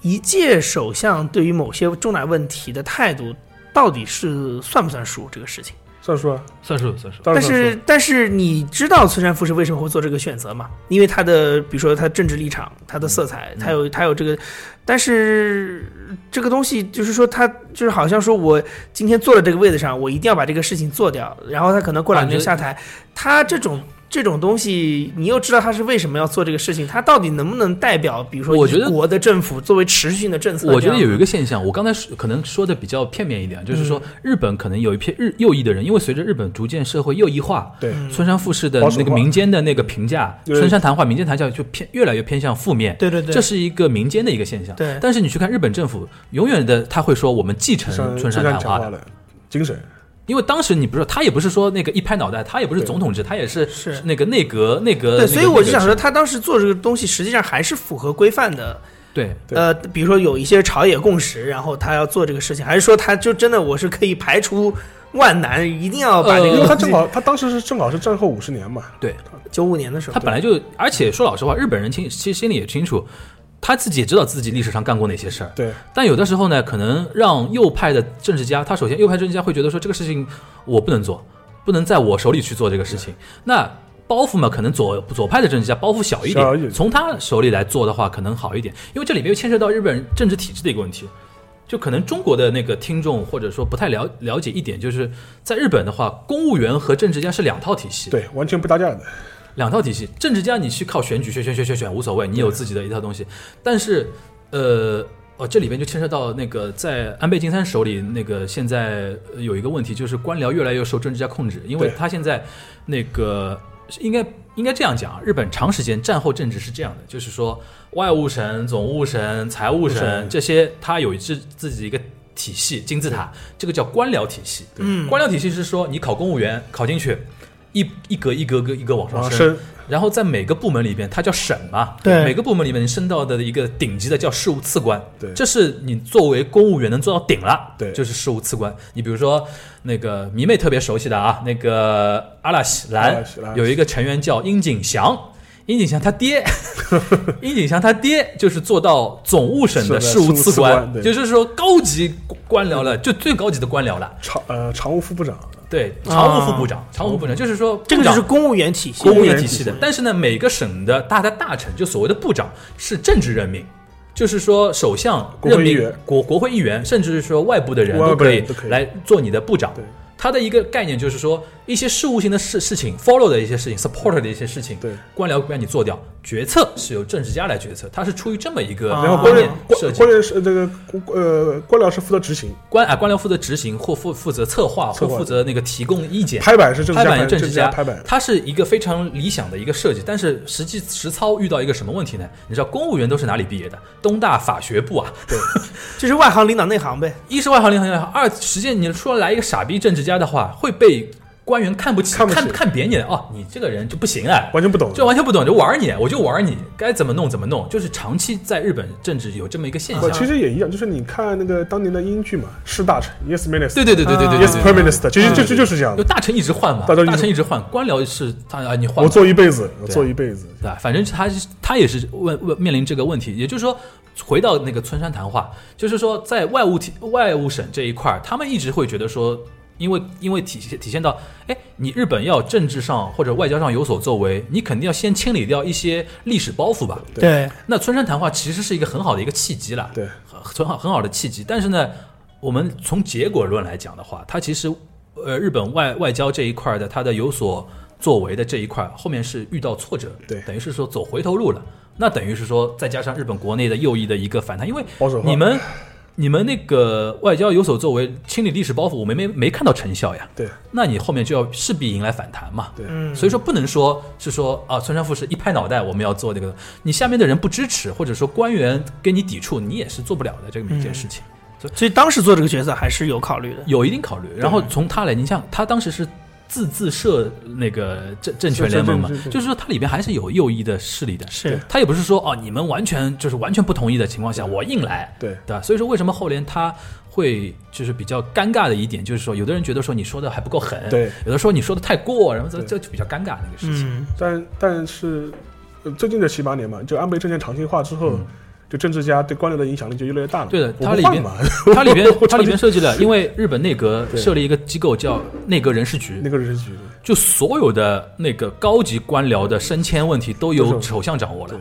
Speaker 4: 一届首相对于某些重大问题的态度，到底是算不算数这个事情？
Speaker 3: 算数啊，
Speaker 2: 算数算数，
Speaker 3: 当
Speaker 4: 但
Speaker 3: 然算数
Speaker 4: 是但是你知道村山富是为什么会做这个选择吗？因为他的比如说他政治立场、他的色
Speaker 2: 嗯
Speaker 4: 彩，他有他有这个，但是这个东西就是说他就是好像说我今天坐在这个位子上，我一定要把这个事情做掉，然后他可能过两
Speaker 2: 感
Speaker 4: 天
Speaker 2: 觉
Speaker 4: 下台，他这种。这种东西，你又知道他是为什么要做这个事情，他到底能不能代表，比如说
Speaker 2: 我觉得
Speaker 4: 一国的政府作为持续性的政策这样？
Speaker 2: 我觉得有一个现象，我刚才说可能说的比较片面一点，就是
Speaker 4: 嗯
Speaker 2: 说日本可能有一批日右翼的人，因为随着日本逐渐社会右翼化，
Speaker 3: 对
Speaker 2: 村山富士的
Speaker 3: 保守化
Speaker 2: 那个民间的那个评价，
Speaker 3: 对
Speaker 2: 村山谈话、民间谈笑就偏越来越偏向负面。
Speaker 4: 对对对
Speaker 2: 这是一个民间的一个现象。
Speaker 4: 对
Speaker 2: 但是你去看日本政府，永远的他会说我们继承
Speaker 3: 像
Speaker 2: 村
Speaker 3: 山
Speaker 2: 山谈
Speaker 3: 讲
Speaker 2: 话
Speaker 3: 话
Speaker 2: 的，
Speaker 3: 了，精神
Speaker 2: 因为当时你不是他也不是说那个一拍脑袋，他也不是总统制，他也是
Speaker 4: 是
Speaker 2: 那个内阁内阁。呃
Speaker 4: 对，
Speaker 2: 那个
Speaker 4: 所以我
Speaker 2: 内
Speaker 4: 就
Speaker 2: 阁
Speaker 4: 想
Speaker 2: 制
Speaker 4: 说，，他当时做这个东西，实际上还是符合规范的。
Speaker 2: 对
Speaker 3: 对
Speaker 4: 呃，比如说有一些朝野共识，然后他要做这个事情，还是说他就真的我是可以排除万难，一定要把这
Speaker 2: 呃
Speaker 3: 因为
Speaker 4: 个
Speaker 3: 他正 好，他当时是正好是战后五十年嘛，
Speaker 2: 对，
Speaker 4: 呃九五年的时候，
Speaker 2: 他本来就，而且说老实话，日本人清其实心里也清楚，他自己也知道自己历史上干过哪些事儿。
Speaker 3: 对，
Speaker 2: 但有的时候呢，可能让右派的政治家，他首先右派政治家会觉得说这个事情我不能做，不能在我手里去做这个事情。那包袱嘛，可能左左派的政治家包袱小一
Speaker 3: 小一点
Speaker 2: 点，从他手里来做的话，可能好一点，因为这里面又牵涉到日本政治体制的一个问题。就可能中国的那个听众或者说不太了了解一点，就是在日本的话，公务员和政治家是两套体系。
Speaker 3: 对，完全不搭架的，
Speaker 2: 两套体系，政治家你去靠选举选选选选选无所谓，你有自己的一套东西。但是，呃，哦，这里边就牵涉到那个在安倍晋三手里，那个现在呃有一个问题，就是官僚越来越受政治家控制，因为
Speaker 3: 对
Speaker 2: 他现在那个应该应该这样讲啊，日本长时间战后政治是这样的，就是说外务省、总务省、财务省这些，他有自自己一个体系金字塔，这个叫官僚体系。
Speaker 4: 嗯
Speaker 2: 官僚体系是说你考公务员考进去，一一格一格格一格往上
Speaker 3: 往
Speaker 2: 升
Speaker 3: 深，
Speaker 2: 然后在每个部门里边，它叫省嘛，
Speaker 4: 对
Speaker 2: 每个部门里面你升到的一个顶级的叫事务次官，
Speaker 3: 对
Speaker 2: 这是你作为公务员能做到顶了，
Speaker 3: 对
Speaker 2: 就是事务次官。你比如说那个迷妹特别熟悉的啊，那个阿拉西兰
Speaker 3: 阿拉西兰
Speaker 2: 有一个成员叫殷景祥。殷景祥他爹， 殷景祥他爹就是做到总务省的
Speaker 3: 是
Speaker 2: 事
Speaker 3: 的
Speaker 2: 务
Speaker 3: 事务
Speaker 2: 次
Speaker 3: 次官
Speaker 2: 官，
Speaker 3: 对
Speaker 2: 就是说高级官僚了，就最高级的官僚了。
Speaker 3: 常呃常务副部长，
Speaker 2: 对，
Speaker 4: 啊
Speaker 2: 常务副部长，常务
Speaker 3: 嗯
Speaker 2: 部长就是说部长，
Speaker 4: 这个就是公务员体系。
Speaker 2: 公务员体系的
Speaker 4: 公务员体系。
Speaker 2: 但是呢，每个省的大的大臣，就所谓的部长，是政治任命，就是说首相
Speaker 3: 国
Speaker 2: 任
Speaker 3: 会议
Speaker 2: 命
Speaker 3: 员
Speaker 2: 国国会议员，甚至是说外部的人
Speaker 3: 外部
Speaker 2: 都可以
Speaker 3: 人都可以
Speaker 2: 来做你的部长
Speaker 3: 对。
Speaker 2: 他的一个概念就是说，一些事务性的事事情，follow 的一些事情，support 的一些事情，
Speaker 3: 对
Speaker 2: 官僚不让你做掉，决策是由政治家来决策，他是出于这么一个
Speaker 4: 啊
Speaker 3: 然后
Speaker 2: 观
Speaker 3: 关
Speaker 2: 念
Speaker 3: 键
Speaker 2: 设
Speaker 3: 关
Speaker 2: 计
Speaker 3: 关。键是这个呃官僚是负责执行，
Speaker 2: 官啊，官僚负责执行或负负责策划
Speaker 3: 策
Speaker 2: 或
Speaker 3: 划
Speaker 2: 负责那个提供意见，
Speaker 3: 拍板是政治
Speaker 2: 拍
Speaker 3: 家
Speaker 2: 板
Speaker 3: 政
Speaker 2: 治
Speaker 3: 家拍板，
Speaker 2: 它是一个非常理想的一个设计，但是实际实操遇到一个什么问题呢？你知道公务员都是哪里毕业的？东大法学部啊，
Speaker 3: 对，
Speaker 4: 就是外行领导内行呗。
Speaker 2: 一是外行领导内行，二实际你出来一个傻逼政治家的话，会被官员看不起，
Speaker 3: 看不起
Speaker 2: 看看扁你的哦，你这个人就不行啊。
Speaker 3: 完全不懂，
Speaker 2: 就完全不懂，就玩你，我就玩你，该怎么弄怎么弄，就是长期在日本政治有这么一个现
Speaker 3: 不
Speaker 2: 象。
Speaker 3: 其实也一样，就是你看那个当年的英剧嘛，是大臣 Yes Minister
Speaker 2: 对对对对对对对
Speaker 3: Yes
Speaker 2: 对
Speaker 3: Prime Minister，其实
Speaker 4: 嗯
Speaker 3: 就就就是这样
Speaker 2: 就
Speaker 3: 的，
Speaker 2: 大臣一直换嘛，
Speaker 3: 啊大臣一直
Speaker 2: 大臣一直换，官僚是他啊，你换吧
Speaker 3: 我做一辈子，我
Speaker 2: 对啊
Speaker 3: 做一辈子，
Speaker 2: 对吧？反正他是他也是问问面临这个问题，也就是说，回到那个村山谈话，就是说在外务体外务省这一块儿，他们一直会觉得说，因为因为体现体现到，哎，你日本要政治上或者外交上有所作为，你肯定要先清理掉一些历史包袱吧。
Speaker 4: 对，
Speaker 2: 那村山谈话其实是一个很好的一个契机了，
Speaker 3: 对，
Speaker 2: 很好很好的契机。但是呢，我们从结果论来讲的话，它其实呃日本外外交这一块的它的有所作为的这一块，后面是遇到挫折，
Speaker 3: 对
Speaker 2: 等于是说走回头路了。那等于是说，再加上日本国内的右翼的一个反弹，因为
Speaker 3: 保守化
Speaker 2: 你们你们那个外交有所作为，清理历史包袱，我们没没看到成效呀。
Speaker 3: 对，
Speaker 2: 那你后面就要势必迎来反弹嘛。
Speaker 3: 对
Speaker 4: 嗯
Speaker 2: 所以说不能说是说啊，村山富士一拍脑袋，我们要做这个，你下面的人不支持，或者说官员跟你抵触，你也是做不了的这么一件事情，
Speaker 4: 所以当时做这个角色还是有考虑的。
Speaker 2: 有一定考虑。然后从他来，你像他当时是。自自设那个政政权联盟嘛
Speaker 3: 是是是，是
Speaker 2: 就是说它里边还是有右翼的势力的，
Speaker 4: 是
Speaker 2: 他也不是说哦，你们完全就是完全不同意的情况下，我硬来，
Speaker 3: 对
Speaker 2: 对吧？所以说为什么后联他会就是比较尴尬的一点，就是说有的人觉得说你说的还不够狠，
Speaker 3: 对，
Speaker 2: 有的说你说的太过，然后这
Speaker 3: 对
Speaker 2: 这就比较尴尬那个事情。
Speaker 4: 嗯，
Speaker 3: 但但是呃最近这七八年嘛，就安倍政权长期化之后
Speaker 2: 嗯。
Speaker 3: 就政治家对官僚的影响力就越来越大了。
Speaker 2: 对的
Speaker 3: 我不
Speaker 2: 它里
Speaker 3: 换
Speaker 2: 边
Speaker 3: 嘛，
Speaker 2: 它里边
Speaker 3: 我
Speaker 2: 它里
Speaker 3: 长
Speaker 2: 边
Speaker 3: 期
Speaker 2: 设计了，因为日本内阁
Speaker 3: 对
Speaker 2: 设立一个机构叫内阁人事局
Speaker 3: 那，个人事局，
Speaker 2: 就所有的那个高级官僚的升迁问题都由
Speaker 3: 都是
Speaker 2: 首相掌握了
Speaker 3: 对，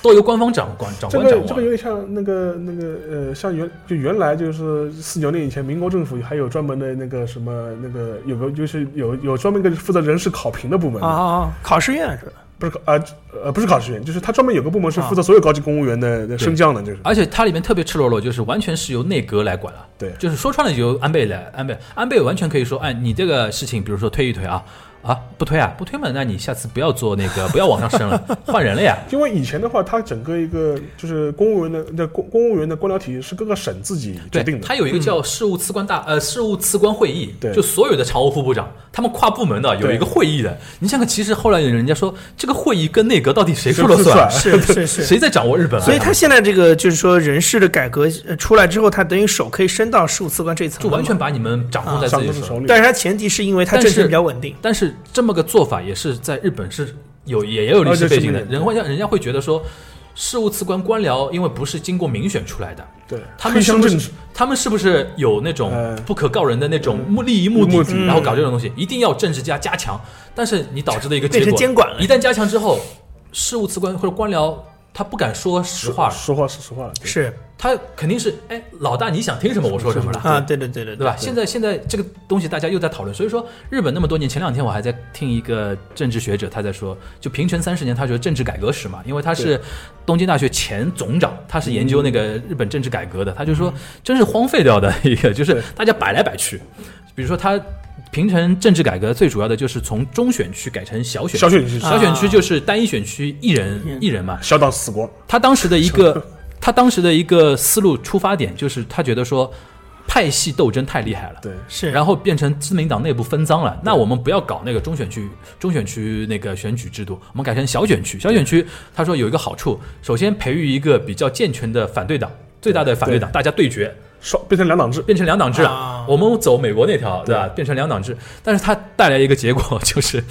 Speaker 2: 都由官方掌管长
Speaker 3: 这
Speaker 2: 官掌
Speaker 3: 个这
Speaker 2: 握
Speaker 3: 个有
Speaker 2: 了。
Speaker 3: 点像那个那个呃，像原就原来就是四九年以前，民国政府还有专门的那个什么那个有个就是有有专门一个负责人事考评的部门
Speaker 4: 啊，啊啊！考试院是吧？
Speaker 3: 不是考啊呃不是考试院，就是他专门有个部门
Speaker 2: 啊
Speaker 3: 是负责所有高级公务员的的升降的，就是
Speaker 2: 而且它里面特别赤裸裸，就是完全是由内阁来管了。
Speaker 3: 对
Speaker 2: 就是说穿了由安倍来，安倍安倍完全可以说，哎，你这个事情，比如说推一推啊，啊不推啊不推嘛，那你下次不要做那个，不要往上升 了，换人了呀。
Speaker 3: 因为以前的话，他整个一个就是公务员的那公公务员的官僚体系是各个省自己决
Speaker 2: 对
Speaker 3: 定，的
Speaker 2: 它，有一个叫事务次官大、呃事务次官会议，
Speaker 3: 对
Speaker 2: 就所有的常务副部长，他们跨部门的有
Speaker 3: 对
Speaker 2: 一个会议的。你想想，其实后来有人家说，这个会议跟内阁到底谁说了
Speaker 3: 谁说了
Speaker 2: 算？
Speaker 4: 是是是。
Speaker 2: 谁在掌握日本啊？
Speaker 4: 所以他现在这个就是说人事的改革呃出来之后，他等于手可以伸到十五次官这一层
Speaker 2: 就
Speaker 4: 了嘛，
Speaker 2: 完全把你们掌控在自
Speaker 3: 上
Speaker 2: 己
Speaker 3: 都
Speaker 2: 手
Speaker 3: 是
Speaker 2: 里。
Speaker 3: 手里。
Speaker 4: 但是它前提是因为它政
Speaker 2: 但是
Speaker 4: 治比较稳定，
Speaker 2: 但是这么个做法也是在日本是有也也有历史背景的，
Speaker 3: 啊这是
Speaker 2: 人会让人家会觉得说，事务次官官僚因为不是经过民选出来的，
Speaker 3: 对，
Speaker 2: 他们
Speaker 3: 黑
Speaker 2: 是
Speaker 3: 箱
Speaker 2: 不
Speaker 3: 政
Speaker 2: 是
Speaker 3: 治，
Speaker 2: 他们是不是有那种
Speaker 3: 呃
Speaker 2: 不可告人的那种目利益目的
Speaker 3: 嗯
Speaker 2: 嗯
Speaker 3: 目，的
Speaker 2: 然后搞这种东西？一定要政治家加强，但是你导致的一个结
Speaker 4: 变成
Speaker 2: 果，
Speaker 4: 监管了
Speaker 2: 一旦加强之后，事务次官或者官僚他不敢说实话了，
Speaker 3: 实话是实话了。对
Speaker 4: 是
Speaker 2: 他肯定是哎，老大你想听什么我说什么了
Speaker 4: 啊，对对对对
Speaker 2: 对吧？现在现在这个东西大家又在讨论，所以说日本那么多年，前两天我还在听一个政治学者他在说，就平成三十年，他觉得政治改革史嘛，因为他是东京大学前总长，他是研究那个日本政治改革的，他就说真是荒废掉的一个，就是大家摆来摆去，比如说他。平成政治改革最主要的就是从中选区改成小选
Speaker 3: 小
Speaker 2: 区，
Speaker 3: 选区
Speaker 4: 啊
Speaker 2: 小选区就是单一选区一人
Speaker 4: 嗯
Speaker 2: 一人嘛，
Speaker 3: 小岛死光，
Speaker 2: 他当时的一个他当时的一个思路出发点就是他觉得说派系斗争太厉害了。
Speaker 3: 对，
Speaker 4: 是，
Speaker 2: 然后变成自民党内部分赃了，那我们不要搞那个中选区中选区那个选举制度，我们改成小选区。小选区他说有一个好处，首先培育一个比较健全的反对党，最大的反对党，大家对决，
Speaker 3: 双变成两党制，
Speaker 2: 变成两党制
Speaker 4: 啊
Speaker 2: 了。我们走美国那条，对吧？变成两党制，但是它带来一个结果 就是。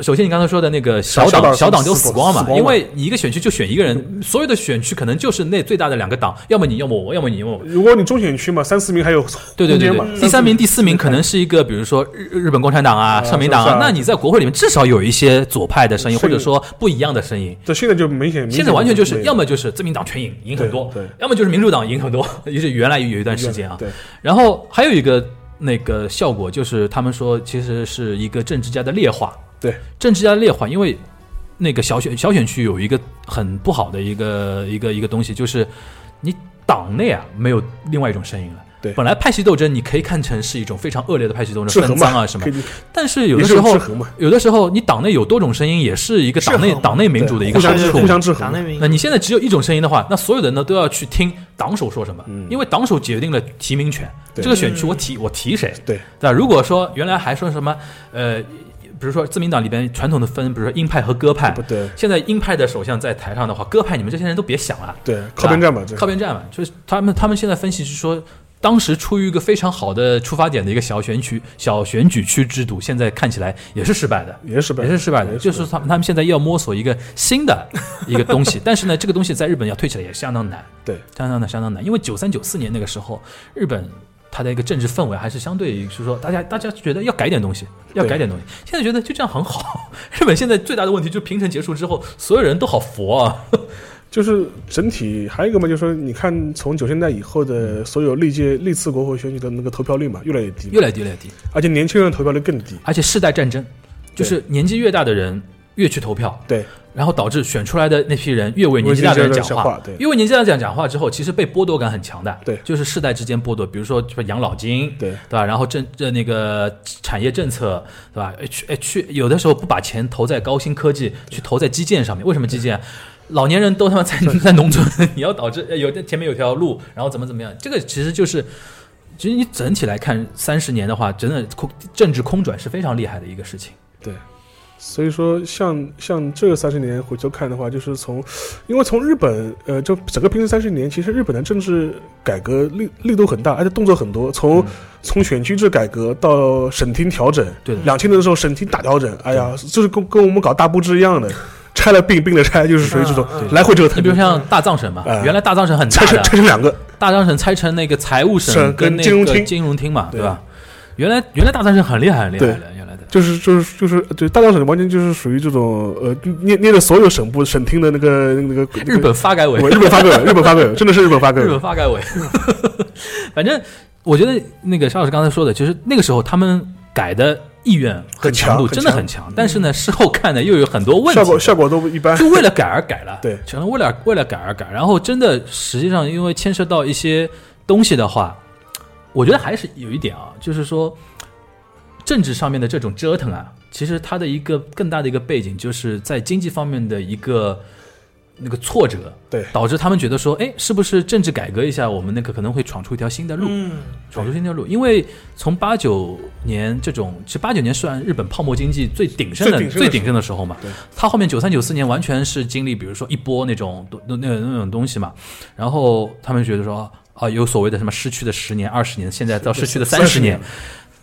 Speaker 2: 首先，你刚才说的那个小
Speaker 3: 小
Speaker 2: 党，
Speaker 3: 党
Speaker 2: 小党就
Speaker 3: 死
Speaker 2: 死
Speaker 3: 光
Speaker 2: 光嘛
Speaker 3: 死，光嘛
Speaker 2: 因为你一个选区就选一个人，所有的选区可能就是那最大的两个党，要么你，要么我，要么你，要么我。
Speaker 3: 如果你中选区嘛，三四名还有
Speaker 2: 对对对
Speaker 3: 空间嘛
Speaker 2: 对，第三名、第四名可能是一个，比如说日日本共产党啊、
Speaker 3: 啊
Speaker 2: 社民党
Speaker 3: 是
Speaker 2: 啊
Speaker 3: 啊，
Speaker 2: 那你在国会里面至少有一些左派的声音，
Speaker 3: 是
Speaker 2: 或者说不一样的声音。
Speaker 3: 这现在就明显，
Speaker 2: 现在完全就是要
Speaker 3: 么
Speaker 2: 么就是自民党全赢，赢很多
Speaker 3: 对对；
Speaker 2: 要么就是民主党赢很多， 也是原来有一段时间啊。
Speaker 3: 对，
Speaker 2: 然后还有一个那个效果就是，他们说其实是一个政治家的劣化。
Speaker 3: 对，
Speaker 2: 政治家的劣化，因为那个小选小选区有一个很不好的一个一个一个东西，就是你党内啊没有另外一种声音了。
Speaker 3: 对
Speaker 2: 本来派系斗争你可以看成是一种非常恶劣的派系斗
Speaker 3: 制
Speaker 2: 争，
Speaker 3: 衡
Speaker 2: 分
Speaker 3: 嘛
Speaker 2: 赃啊什么
Speaker 3: 可，以
Speaker 2: 但是有的
Speaker 3: 也是
Speaker 2: 时
Speaker 3: 有
Speaker 2: 候
Speaker 3: 制衡嘛，
Speaker 2: 有的时候你党内有多种声音，也是一个党内
Speaker 4: 制衡嘛
Speaker 2: 党内民主的一个
Speaker 3: 互
Speaker 2: 好
Speaker 3: 相
Speaker 2: 处
Speaker 3: 互。相制衡
Speaker 4: 党
Speaker 3: 嘛
Speaker 4: 内，民
Speaker 2: 那你现在只有一种声音的话，那所有人呢都要去听党首说什么，因为党首决定了提名权。
Speaker 3: 嗯对
Speaker 2: 这个选区我提我提谁，
Speaker 3: 对
Speaker 2: 对吧？如果说原来还说什么呃，比如说自民党里边传统的分，比如说鹰派和鸽派
Speaker 3: 不，对
Speaker 2: 现在鹰派的首相在台上的话，鸽派你们这些人都别想了，
Speaker 3: 对，靠边站嘛，
Speaker 2: 对
Speaker 3: 这
Speaker 2: 吧靠边站嘛，就是他们他们现在分析是说。当时出于一个非常好的出发点的一个小选举小选举区制度，现在看起来也是失败的，
Speaker 3: 也是失败
Speaker 2: 也是失败的。就是他们他们现在要摸索一个新的一个东西， 但是呢，这个东西在日本要推起来也相当难，
Speaker 3: 对
Speaker 2: 相当难，相当难。因为九三九四年那个时候，日本它的一个政治氛围还是相对于是说，大家大家觉得要改点东西，要
Speaker 3: 对
Speaker 2: 改点东西。现在觉得就这样很好。 日本现在最大的问题就是平成结束之后，所有人都好佛啊。
Speaker 3: 就是整体还有一个嘛，就是说你看从九十年代以后的所有历届历次国会选举的那个投票率嘛，越来越低嘛，
Speaker 2: 嗯越来越低，越来越低。
Speaker 3: 而且年轻人的投票率更低，
Speaker 2: 而且世代战争，就是年纪越大的人越去投票，
Speaker 3: 对
Speaker 2: 然后导致选出来的那批人越为年纪大的人讲
Speaker 3: 越为年纪大的人讲话对
Speaker 2: 越为年纪大的人讲话之后，其实被剥夺感很强的，
Speaker 3: 对
Speaker 2: 就是世代之间剥夺，比如说就是养老金，
Speaker 3: 对
Speaker 2: 对吧？然后政这那个产业政策，对吧？哎去哎去，有的时候不把钱投在高新科技，去投在基建上面，为什么基建？老年人都他妈在 在农村，你要导致哎有前面有条路，然后怎么怎么样，这个其实就是。其实你整体来看，三十年的话，真的空政治空转是非常厉害的一个事情。
Speaker 3: 对。所以说像，像这个三十年回头看的话，就是从，因为从日本，呃，就整个平成三十年，其实日本的政治改革力力度很大，而且动作很多，从、
Speaker 2: 嗯
Speaker 3: 从选区制改革到省厅调整，
Speaker 2: 对的
Speaker 3: 两千年的时候省厅大调整，哎呀，就是跟跟我们搞大布置一样的，拆了并并了拆，就是属于
Speaker 2: 啊
Speaker 3: 这种
Speaker 4: 嗯嗯
Speaker 3: 来回折腾。
Speaker 2: 你比如像大藏省嘛，
Speaker 3: 嗯
Speaker 2: 原来大藏省很大
Speaker 3: 拆成
Speaker 2: 的，
Speaker 3: 拆成两个，
Speaker 2: 大藏省拆成那个财务省
Speaker 3: 省
Speaker 2: 跟
Speaker 3: 跟
Speaker 2: 那
Speaker 3: 金融
Speaker 2: 个
Speaker 3: 厅
Speaker 2: 金融厅嘛，对
Speaker 3: 对
Speaker 2: 吧？原来原来大藏省很厉害很厉害
Speaker 3: 对
Speaker 2: 的，原来的
Speaker 3: 就是就是就是对大藏省完全就是属于这种呃捏捏着所有省部省厅的那个那个那个
Speaker 2: 日本发改委，
Speaker 3: 日本发改委，日本发改委真的是日本发改
Speaker 2: 日
Speaker 3: 委
Speaker 2: 本，发改委， 反正我觉得那个邵老师刚才说的，就是那个时候他们改的意愿和
Speaker 3: 很强
Speaker 2: 强度
Speaker 3: 很
Speaker 2: 真的
Speaker 3: 强嗯
Speaker 2: 很强，但是呢，事后看呢又有很多问题
Speaker 3: 效，果效果都一般。
Speaker 2: 就为了改而改了，
Speaker 3: 对
Speaker 2: 全都为了为了改而改。然后真的，实际上因为牵涉到一些东西的话，我觉得还是有一点啊，就是说政治上面的这种折腾啊，其实它的一个更大的一个背景，就是在经济方面的一个那个挫折，
Speaker 3: 对
Speaker 2: 导致他们觉得说，哎，是不是政治改革一下，我们那个可能会闯出一条新的路，
Speaker 4: 嗯，
Speaker 2: 闯出新的路？因为从八九年这种，其实八九年算日本泡沫经济最鼎盛的
Speaker 3: 最鼎盛的时候
Speaker 2: 最鼎盛的时候嘛
Speaker 3: 对，
Speaker 2: 它后面九三九四年完全是经历，比如说一波那种那那那种东西嘛，然后他们觉得说啊，有所谓的什么失去的十年、二十年，现在到失去的三十年
Speaker 3: 30，